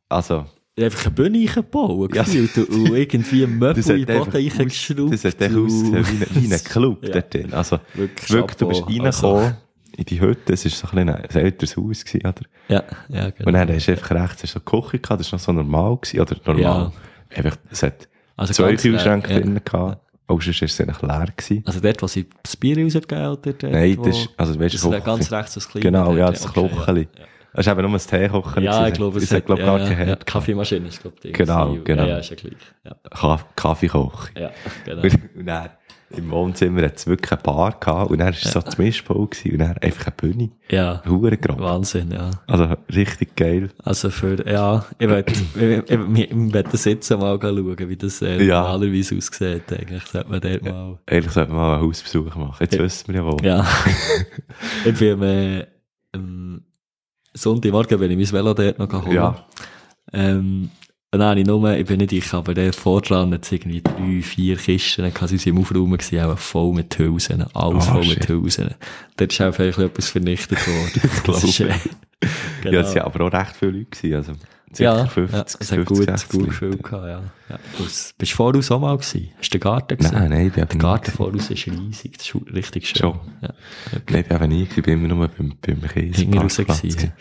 Also,
Einfach eine Bühne eingebaut,
Ja.
gefühlt, und, und irgendwie ein Möbel
das
in den
hat
Boden
einfach aus-
eingeschraubt.
das hat echt
und-
ausgesehen wie ein- wie ein Club
Ja.
dort drin. Also,
Wirklich,
wirklich, du bist
Chapeau.
reingekommen in die Hütte, es war so ein, bisschen ein älteres Haus, gewesen, oder?
Ja, ja,
Und
genau.
dann hast du einfach rechts hast du so eine Küche gehabt, das war noch so normal, gewesen, oder normal. Einfach, es hat
Also
zwei
ganz leer,
Kühlschränke
ja.
drinnen gehabt, auch sonst war es eigentlich leer gewesen.
Also dort, wo sie das Bier rausgegeben haben, dort,
Nein,
wo,
das ist, also, weißt du,
das wäre
Küche-
ganz rechts das Kleine.
Genau,
dort,
ja, das
okay, ja.
Kocheli. Das war eben nur ein Teekochen.
Ja, ich glaube,
es
es
hat, glaube gar
ja,
keinen
ja,
Herd.
Kaffeemaschine ist, glaube ich,
Genau,
gewesen.
genau.
Ja, ja, ist ja gleich. Ja,
Ka Kaffee kochen.
ja genau.
Und, und dann im Wohnzimmer hat es wirklich eine Bar gehabt und dann war es so das Mischpult gewesen und dann einfach eine Bühne.
Ja,
Hure grob.
Wahnsinn, ja.
Also richtig geil.
Also für, ja, ich möchte, ich, ich, ich, ich will das jetzt mal schauen, wie das äh,
Ja.
normalerweise aussieht, eigentlich, sollte man dort mal.
Ehrlich sollte man mal einen Hausbesuch machen. Jetzt wissen wir ja wohl.
Ja. ich bin äh, am Sonntagmorgen bin ich mein Velo dort noch geholt.
Ja.
Ähm, und dann habe ich nur, ich bin nicht ich, aber der vordran hat irgendwie drei, vier Kisten, dann sie im Aufraum gewesen, auch voll mit Hülsen, alles
Oh,
voll
shit.
mit Hülsen. Dort ist einfach etwas vernichtet worden. Das ist, Genau. äh,
Ja, es waren aber auch recht viele Leute. Gewesen. Also sicher
ja,
50,
ja, es hat
50,
gut,
60
gut
Leute.
gefühlt gehabt, ja. ja. Bist du voraus auch mal gewesen? Hast du den Garten gesehen?
Nein, nein, ich bin eben
Der
nie
Garten
gewesen.
voraus ist riesig, das ist richtig schön.
Schon.
Ja.
Nein, ich bin eben nie, ich bin immer nur beim, beim Käse.
Hinten raus gewesen.
gewesen.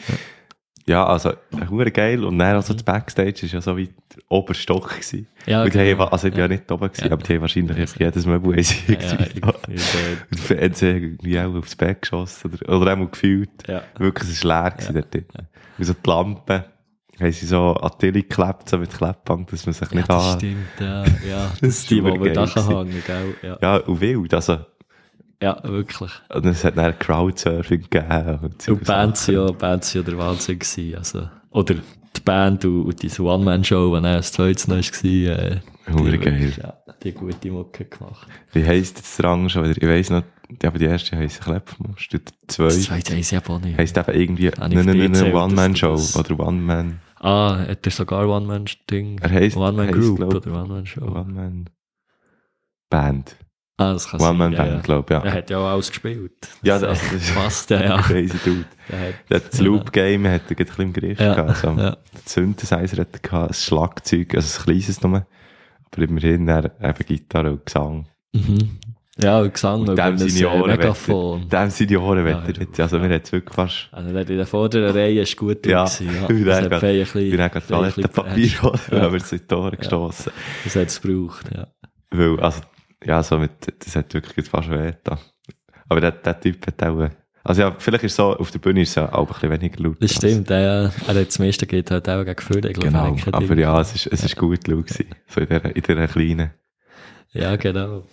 Ja, also, hure geil. Und dann also das Backstage war ja so wie der Oberstock. Gewesen.
Mhm. Ja,
und die
genau.
haben, also ich bin ja. nicht oben, gewesen,
Ja.
aber die haben wahrscheinlich einfach jedes Möbel haben sie
Ja,
irgendwie
ich-
da.
ich- äh,
Und Fernseher irgendwie auch aufs Bett geschossen oder, oder einmal gefühlt.
Ja.
Wirklich, es war leer gewesen dort. drin. Und so die Lampen haben sie so an die Tille geklebt, so mit Kleppband, dass man sich
Ja,
nicht
das
an...
stimmt, ja. ja. Das, ist die, die
super
wir da
geil
hängen, gell? Ja,
Ja, und wild, also...
ja wirklich.
Und es hat dann Crowdsurfing gegeben. Und, so
Und die Band sind ja, die Band sind ja der Wahnsinn gewesen, also. Oder die Band und, und diese One-Man-Show, die dann das zweite noch war, äh, die
Hure
wirklich,
geil.
Ja, die gute Mucke gemacht.
Wie heisst jetzt der andere schon wieder? Ich weiss noch, die- aber die erste heisst Kleppmuster, der
Das
zweite
zweite weiss ich aber auch nicht.
heisst eben irgendwie ne,
Habe ich dir
eine, eine,
erzählt, dass
One-Man-Show
du das-
oder One-Man...
Ah, hat er sogar One-Man-Ding?
Er heisst-
One-Man-Group
heisst, glaub-
oder One-Man-Show?
One-Man-Band.
Ah, das kann sein.
One-Man-Band,
ja, ja.
glaube ich,
Er
ja.
hat ja auch alles gespielt.
Ja,
Das,
das-
äh,
das-
passt, ja, ja.
Crazy Dude.
Der hat-
Der hat das Loop-Game hat er gerade ein bisschen im Griff
Ja,
gehabt. Also,
ja.
Den Synthesizer hat er gehabt, ein Schlagzeug, also ein kleines nur. Aber immerhin er, eben Gitarre und Gesang.
Mhm. Ja, und Gesang über ein
seine
äh,
Ohren
Megafon.
wird er- Dem seine Ohren
Ja,
wird er jetzt. Also, wir haben es wirklich fast...
Also der in der vorderen Reihe ist gut
Ja,
gewesen, ja.
ja. ich
Das hat
habe
Fey ein bisschen-
gerade
Fey ein bisschen
Toilettenpapier holen,
Ja.
weil wir es in die Ohren gestossen
gepresst. Das hat es gebraucht, ja.
Weil, also, ja, so mit, das hat wirklich fast weh da. Aber der, der Typ hat auch, äh, also ja, vielleicht ist so, auf der Bühne ist es ja auch ein bisschen weniger laut.
Das
als-
stimmt, er, er hat das meiste geht halt auch gegen Gefühle, ich glaube,
Genau,
er hat kein
aber
Ding.
ja, es ist, es ist gut laut gewesen. So in dieser, in dieser kleinen.
Ja, genau.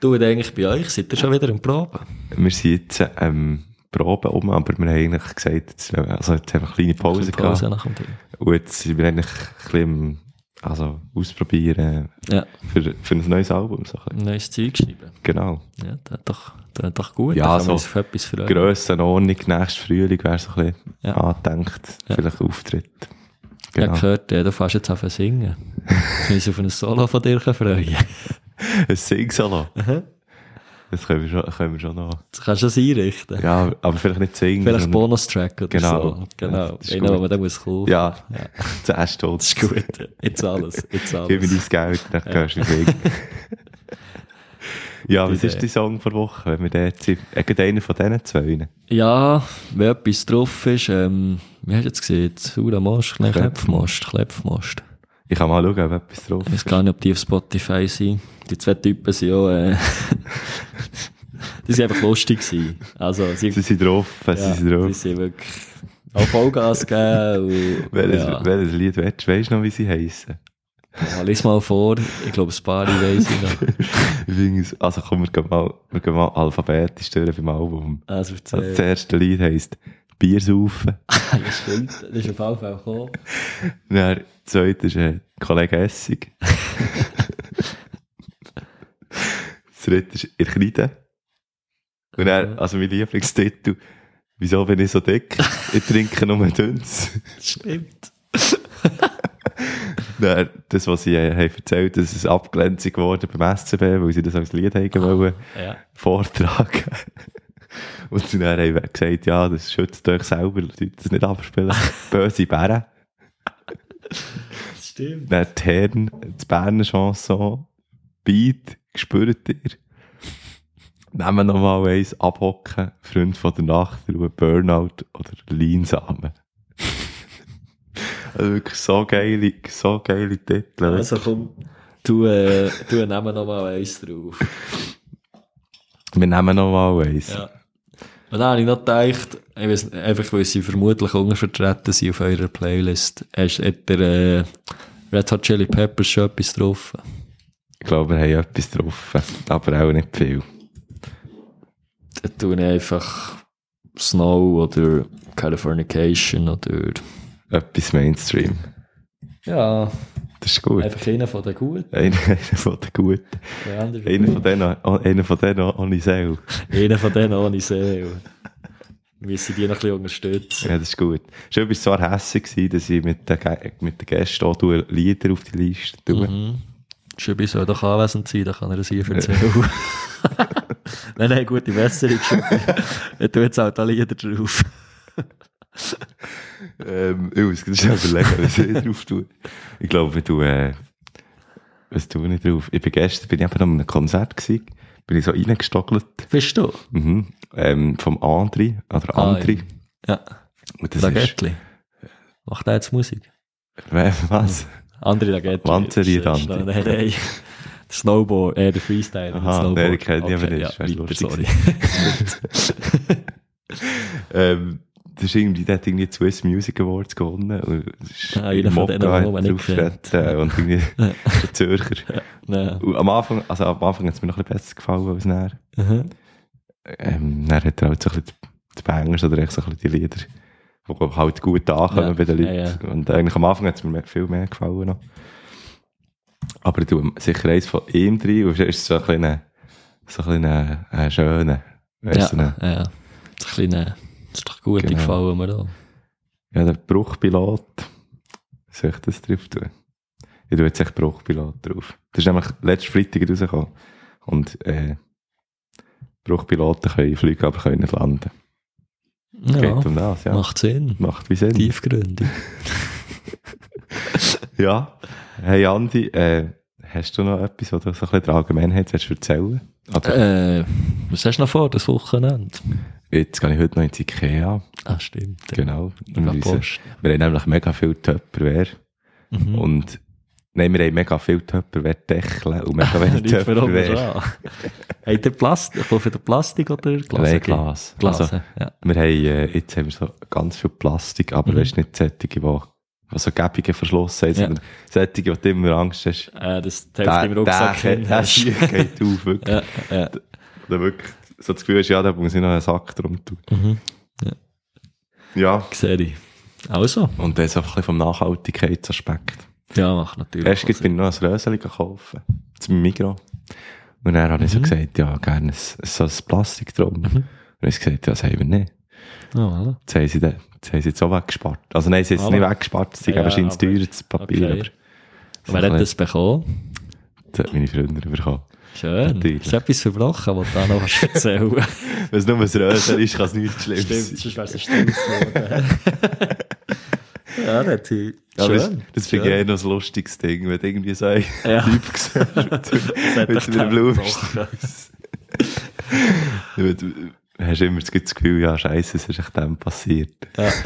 Du, und eigentlich bei euch, seid ihr schon wieder im Proben?
Wir sind jetzt, äh, ähm, Proben um, aber wir haben eigentlich äh, gesagt, jetzt, also jetzt haben wir eine kleine Pause
Pause
gehabt.
nach dem Ding.
Und jetzt sind wir eigentlich ein bisschen im also ausprobieren
Ja,
für, für ein neues Album. So. ein bisschen.
ein neues Ziel geschrieben.
Genau.
Ja, das ist doch, das ist doch gut.
Ja,
da kann man
so
sich auf etwas freuen.
Grössenordnung, nächstes Frühling wäre so ein bisschen
Ja.
angedenkt,
Ja.
vielleicht ein Auftritt.
Ich
Genau.
habe gehört, äh, du fährst jetzt auf ein Singen. Ich muss auf ein Solo von dir freuen.
ein Sing-Solo.
Uh-huh.
Das können wir, schon, können wir schon noch.
Das kannst du das einrichten.
Ja, aber vielleicht nicht singen.
Vielleicht
sondern-
Bonustrack oder
Genau.
so. Genau.
Das ist
Einen,
gut.
wo man dann muss kaufen.
Ja,
Ja.
zuerst
Das
stolz.
ist gut. Jetzt alles. Jetzt
Gib mir
alles.
dein Geld, dann gehst du weg. ja, was ist
Idee.
dein Song vor Woche, wenn wir dort sind? Irgend einer von diesen zwei.
Ja, wenn etwas drauf ist, ähm, wie hast du jetzt gesehen? Sura Most, nein, Klepfmost, Klepfmost.
Ich kann mal schauen, ob etwas drauf
Ich
ist.
weiß gar nicht, ob die auf Spotify sind. Die zwei Typen sind ja, äh, die sind einfach lustig gewesen. Also, sie,
Sie sind drauf,
ja,
sie sind drauf.
die sind wirklich auch Vollgas gegeben. und-
Welches,
Ja.
welches Lied willst du? Weißt du noch, nou wie sie heißen?
Ja, lies mal vor. Ich glaube, ein paar ich weiss ich noch.
Übrigens, also komm, wir gehen mal, wir gehen mal alphabetisch durch beim Album.
Also,
Also
erzähl.
das erste Lied heisst Biersaufen.
Ja, stimmt. Das ist auf jeden Fall gekommen.
Dann das zweite ist äh, Kollege Essig. das dritte ist Ihr Kreide. Und dann, also mein Lieblingstitel, Wieso bin ich so dick? Ich trinke nur Dünns.
Stimmt.
Dann, das, was sie äh, haben erzählt dass es abglänzig geworden beim SCB, weil sie das als Lied haben wollen.
Ja.
vortragen. Und sie dann haben gesagt, ja, das schützt euch selber, tut das nicht abspielen. Böse Bären.
Stimmt.
Dann die Herren, das Berner Chanson, Beat, gespürt ihr. Nehmen wir nochmal eins, abhocken, Freund von der Nacht, Ruhe, Burnout oder Leinsamen. also wirklich so geile, so geile Titel.
Also komm, du, äh, du nehmen noch mal eins drauf.
wir nehmen nochmal eins.
Ja. Und dann habe ich noch gedacht, ich weiss, nicht, einfach weil sie vermutlich untervertreten sind auf eurer Playlist, hast, hat der äh, Red Hot Chili Peppers schon etwas drauf?
Ich glaube, wir haben etwas drauf, aber auch nicht viel.
Dann tue ich einfach Snow oder Californication oder...
Etwas Mainstream.
Ja,
Das ist gut.
einfach einer von den guten.
Einer, einer von den Guten.
Der andere-
Einer von denen, einer von denen ohne Seele.
Einer von denen ohne Seele. Wir müssen die noch ein bisschen unterstützen.
Ja, das ist gut. Schon war es zwar hässlich, gewesen, dass ich mit den, Gä- mit den Gästen auch tue Lieder auf die Liste tue.
Mhm. Schöbi soll doch anwesend sein, dann kann er es hier erzählen. nein, nein, gute Besserung, Schöbi. Er tut jetzt halt alle Lieder drauf.
Ähm, ich muss gerade schon überlegen, was ich drauf tue. Ich glaube, du, äh, was tue ich drauf? Ich bin gestern, bin ich eben an einem Konzert gewesen, bin ich so reingestockelt,
Bist du?
mhm. ähm, vom Andri, oder
Ah,
Andri.
Ja,
Und das ist,
Lagettli. Macht er jetzt Musik?
wer,
Mhm.
was?
Andere Lagettli.
Wanzeli
Das ist-
Dante.
Nein, nein. Der Snowboard, äh, der Freestyle. der
Aha,
Snowboard.
nein, den kennt ich aber nicht.
Ja,
Das wäre
weiter,
lustig
sorry.
Ähm, das ist irgendwie, der hat irgendwie die Swiss Music Awards gewonnen. Und es ist
Ah, einer von
Mokka
denen,
hat
die man nicht
draufgetreten
kennt.
Und irgendwie der Zürcher.
Nein.
Und am Anfang, also am Anfang hat es mir noch ein bisschen besser gefallen als nachher.
Mhm.
Ähm, nachher hat er halt so ein bisschen die Bangers oder echt so ein bisschen die Lieder, die halt gut ankommen
Ja,
bei den
ja,
Leuten. Und eigentlich am Anfang hat es mir mehr- viel mehr gefallen noch. Aber ich tue sicher eins von ihm drin und es ist so ein kleiner, so ein kleiner, äh, schöner.
Ja,
Weißt du,
ja. ja. Das ist, ein kleiner, das ist doch gut, die
Genau.
gefallen mir auch.
Ja, der Bruchpilot. Soll ich das drauf tun? Ich tue jetzt echt Bruchpilot drauf. Das ist nämlich letzten Freitag rausgekommen. Und äh, Bruchpiloten können fliegen, aber können nicht landen.
Ja,
Geht um das, ja. Macht,
macht Sinn.
wie Sinn.
Tiefgründig.
Ja. Hey Andi, äh, hast du noch etwas, was du so ein bisschen der Allgemeinheit willst erzählen Oder
Äh, was hast du noch vor, das Wochenende?
Jetzt gehe ich heute noch ins Ikea.
Ah, stimmt.
Genau. Und
Ja,
wir,
Post.
wir haben nämlich mega viel Töpperware.
Mhm.
Und nein, wir haben mega viel Töpperware-Deckeln und mega wenig
Nicht für oben
Töpperware.
dran. Hey, der Plastik, kauft ihr den Plastik oder Glas?
Nein, Glas.
Glas,
Also,
ja.
wir haben, äh, jetzt haben wir so ganz viel Plastik, aber
Mhm.
weißt du nicht solche, die, die so gäbige Verschluss haben,
Ja.
sondern solche, wo du immer Angst hast.
Äh, das die Hälfte im Rucksack
der,
drin
der
hast.
Schiff geht auf, wirklich.
Ja, ja.
Da wirklich so das Gefühl hast, ja, da muss ich noch einen Sack drum tun.
Mhm.
Ja,
Sehe ich. Also,
und das ist auch ein bisschen vom Nachhaltigkeitsaspekt.
Ja, mach natürlich. Also.
Erst gerade bin ich noch ein Röseli gekauft, zum Migros. Und dann
Mhm.
habe ich so gesagt, ja, gerne ein, so ein Plastik drum. Und dann haben sie gesagt, ja, das haben wir nicht.
Ja, voilà.
Jetzt haben sie, den, jetzt haben sie jetzt auch weggespart. Also nein, sie haben es
Aber-
nicht weggespart, sie
Ah, Ja,
geben wahrscheinlich
aber-
teures Papier.
okay.
Aber
Wer hat das bekommen?
das hat meine Freunde bekommen.
Schön.
Natürlich.
Ist etwas verbrochen, was du da noch kannst erzählen
Wenn es nur ein Rösel ist, kann es nichts Schlimmes sein.
sonst wäre es Stimmt. ja, natürlich.
Ja, aber das, das
schön.
finde ich eh noch ein lustiges Ding, wenn du irgendwie so einen
Ja.
Typ siehst mit, mit einer Blumenstrauß. du hast immer das Gefühl, ja scheiße, es ist echt dem passiert.
Ja.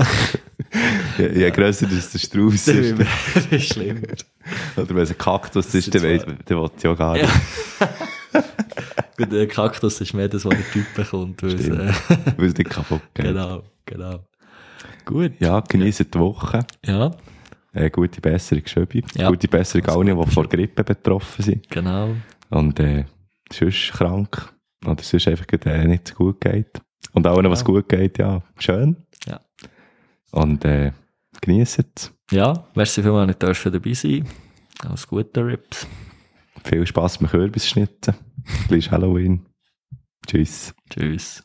Je, je grösser das der Strauß ist,
Das ist schlimm.
oder wenn es ein Kaktus ist, dann
jetzt
weiss man, der will ja gar nicht.
Ja. Gut, der Kaktus ist mehr das, was der Typ bekommt. weil es,
Stimmt.
äh,
Weil es nicht kaputt geht.
genau, genau. Gut.
Ja, genießen die Woche.
Ja,
Äh, gute Besserung, Schöbi.
Ja.
Gute Besserung allen, die von Grippe betroffen sind.
genau.
Und äh, sonst krank. Oder sonst einfach gerade, äh, nicht so gut geht. Und auch wenn was gut geht, ja, schön.
Ja.
Und äh, genießt es.
Ja, merci vielmals, dass ich dabei sein durfte. Alles Gute, Rips.
Viel Spass beim Kürbisschnitten. Bis Halloween. Tschüss.
Tschüss.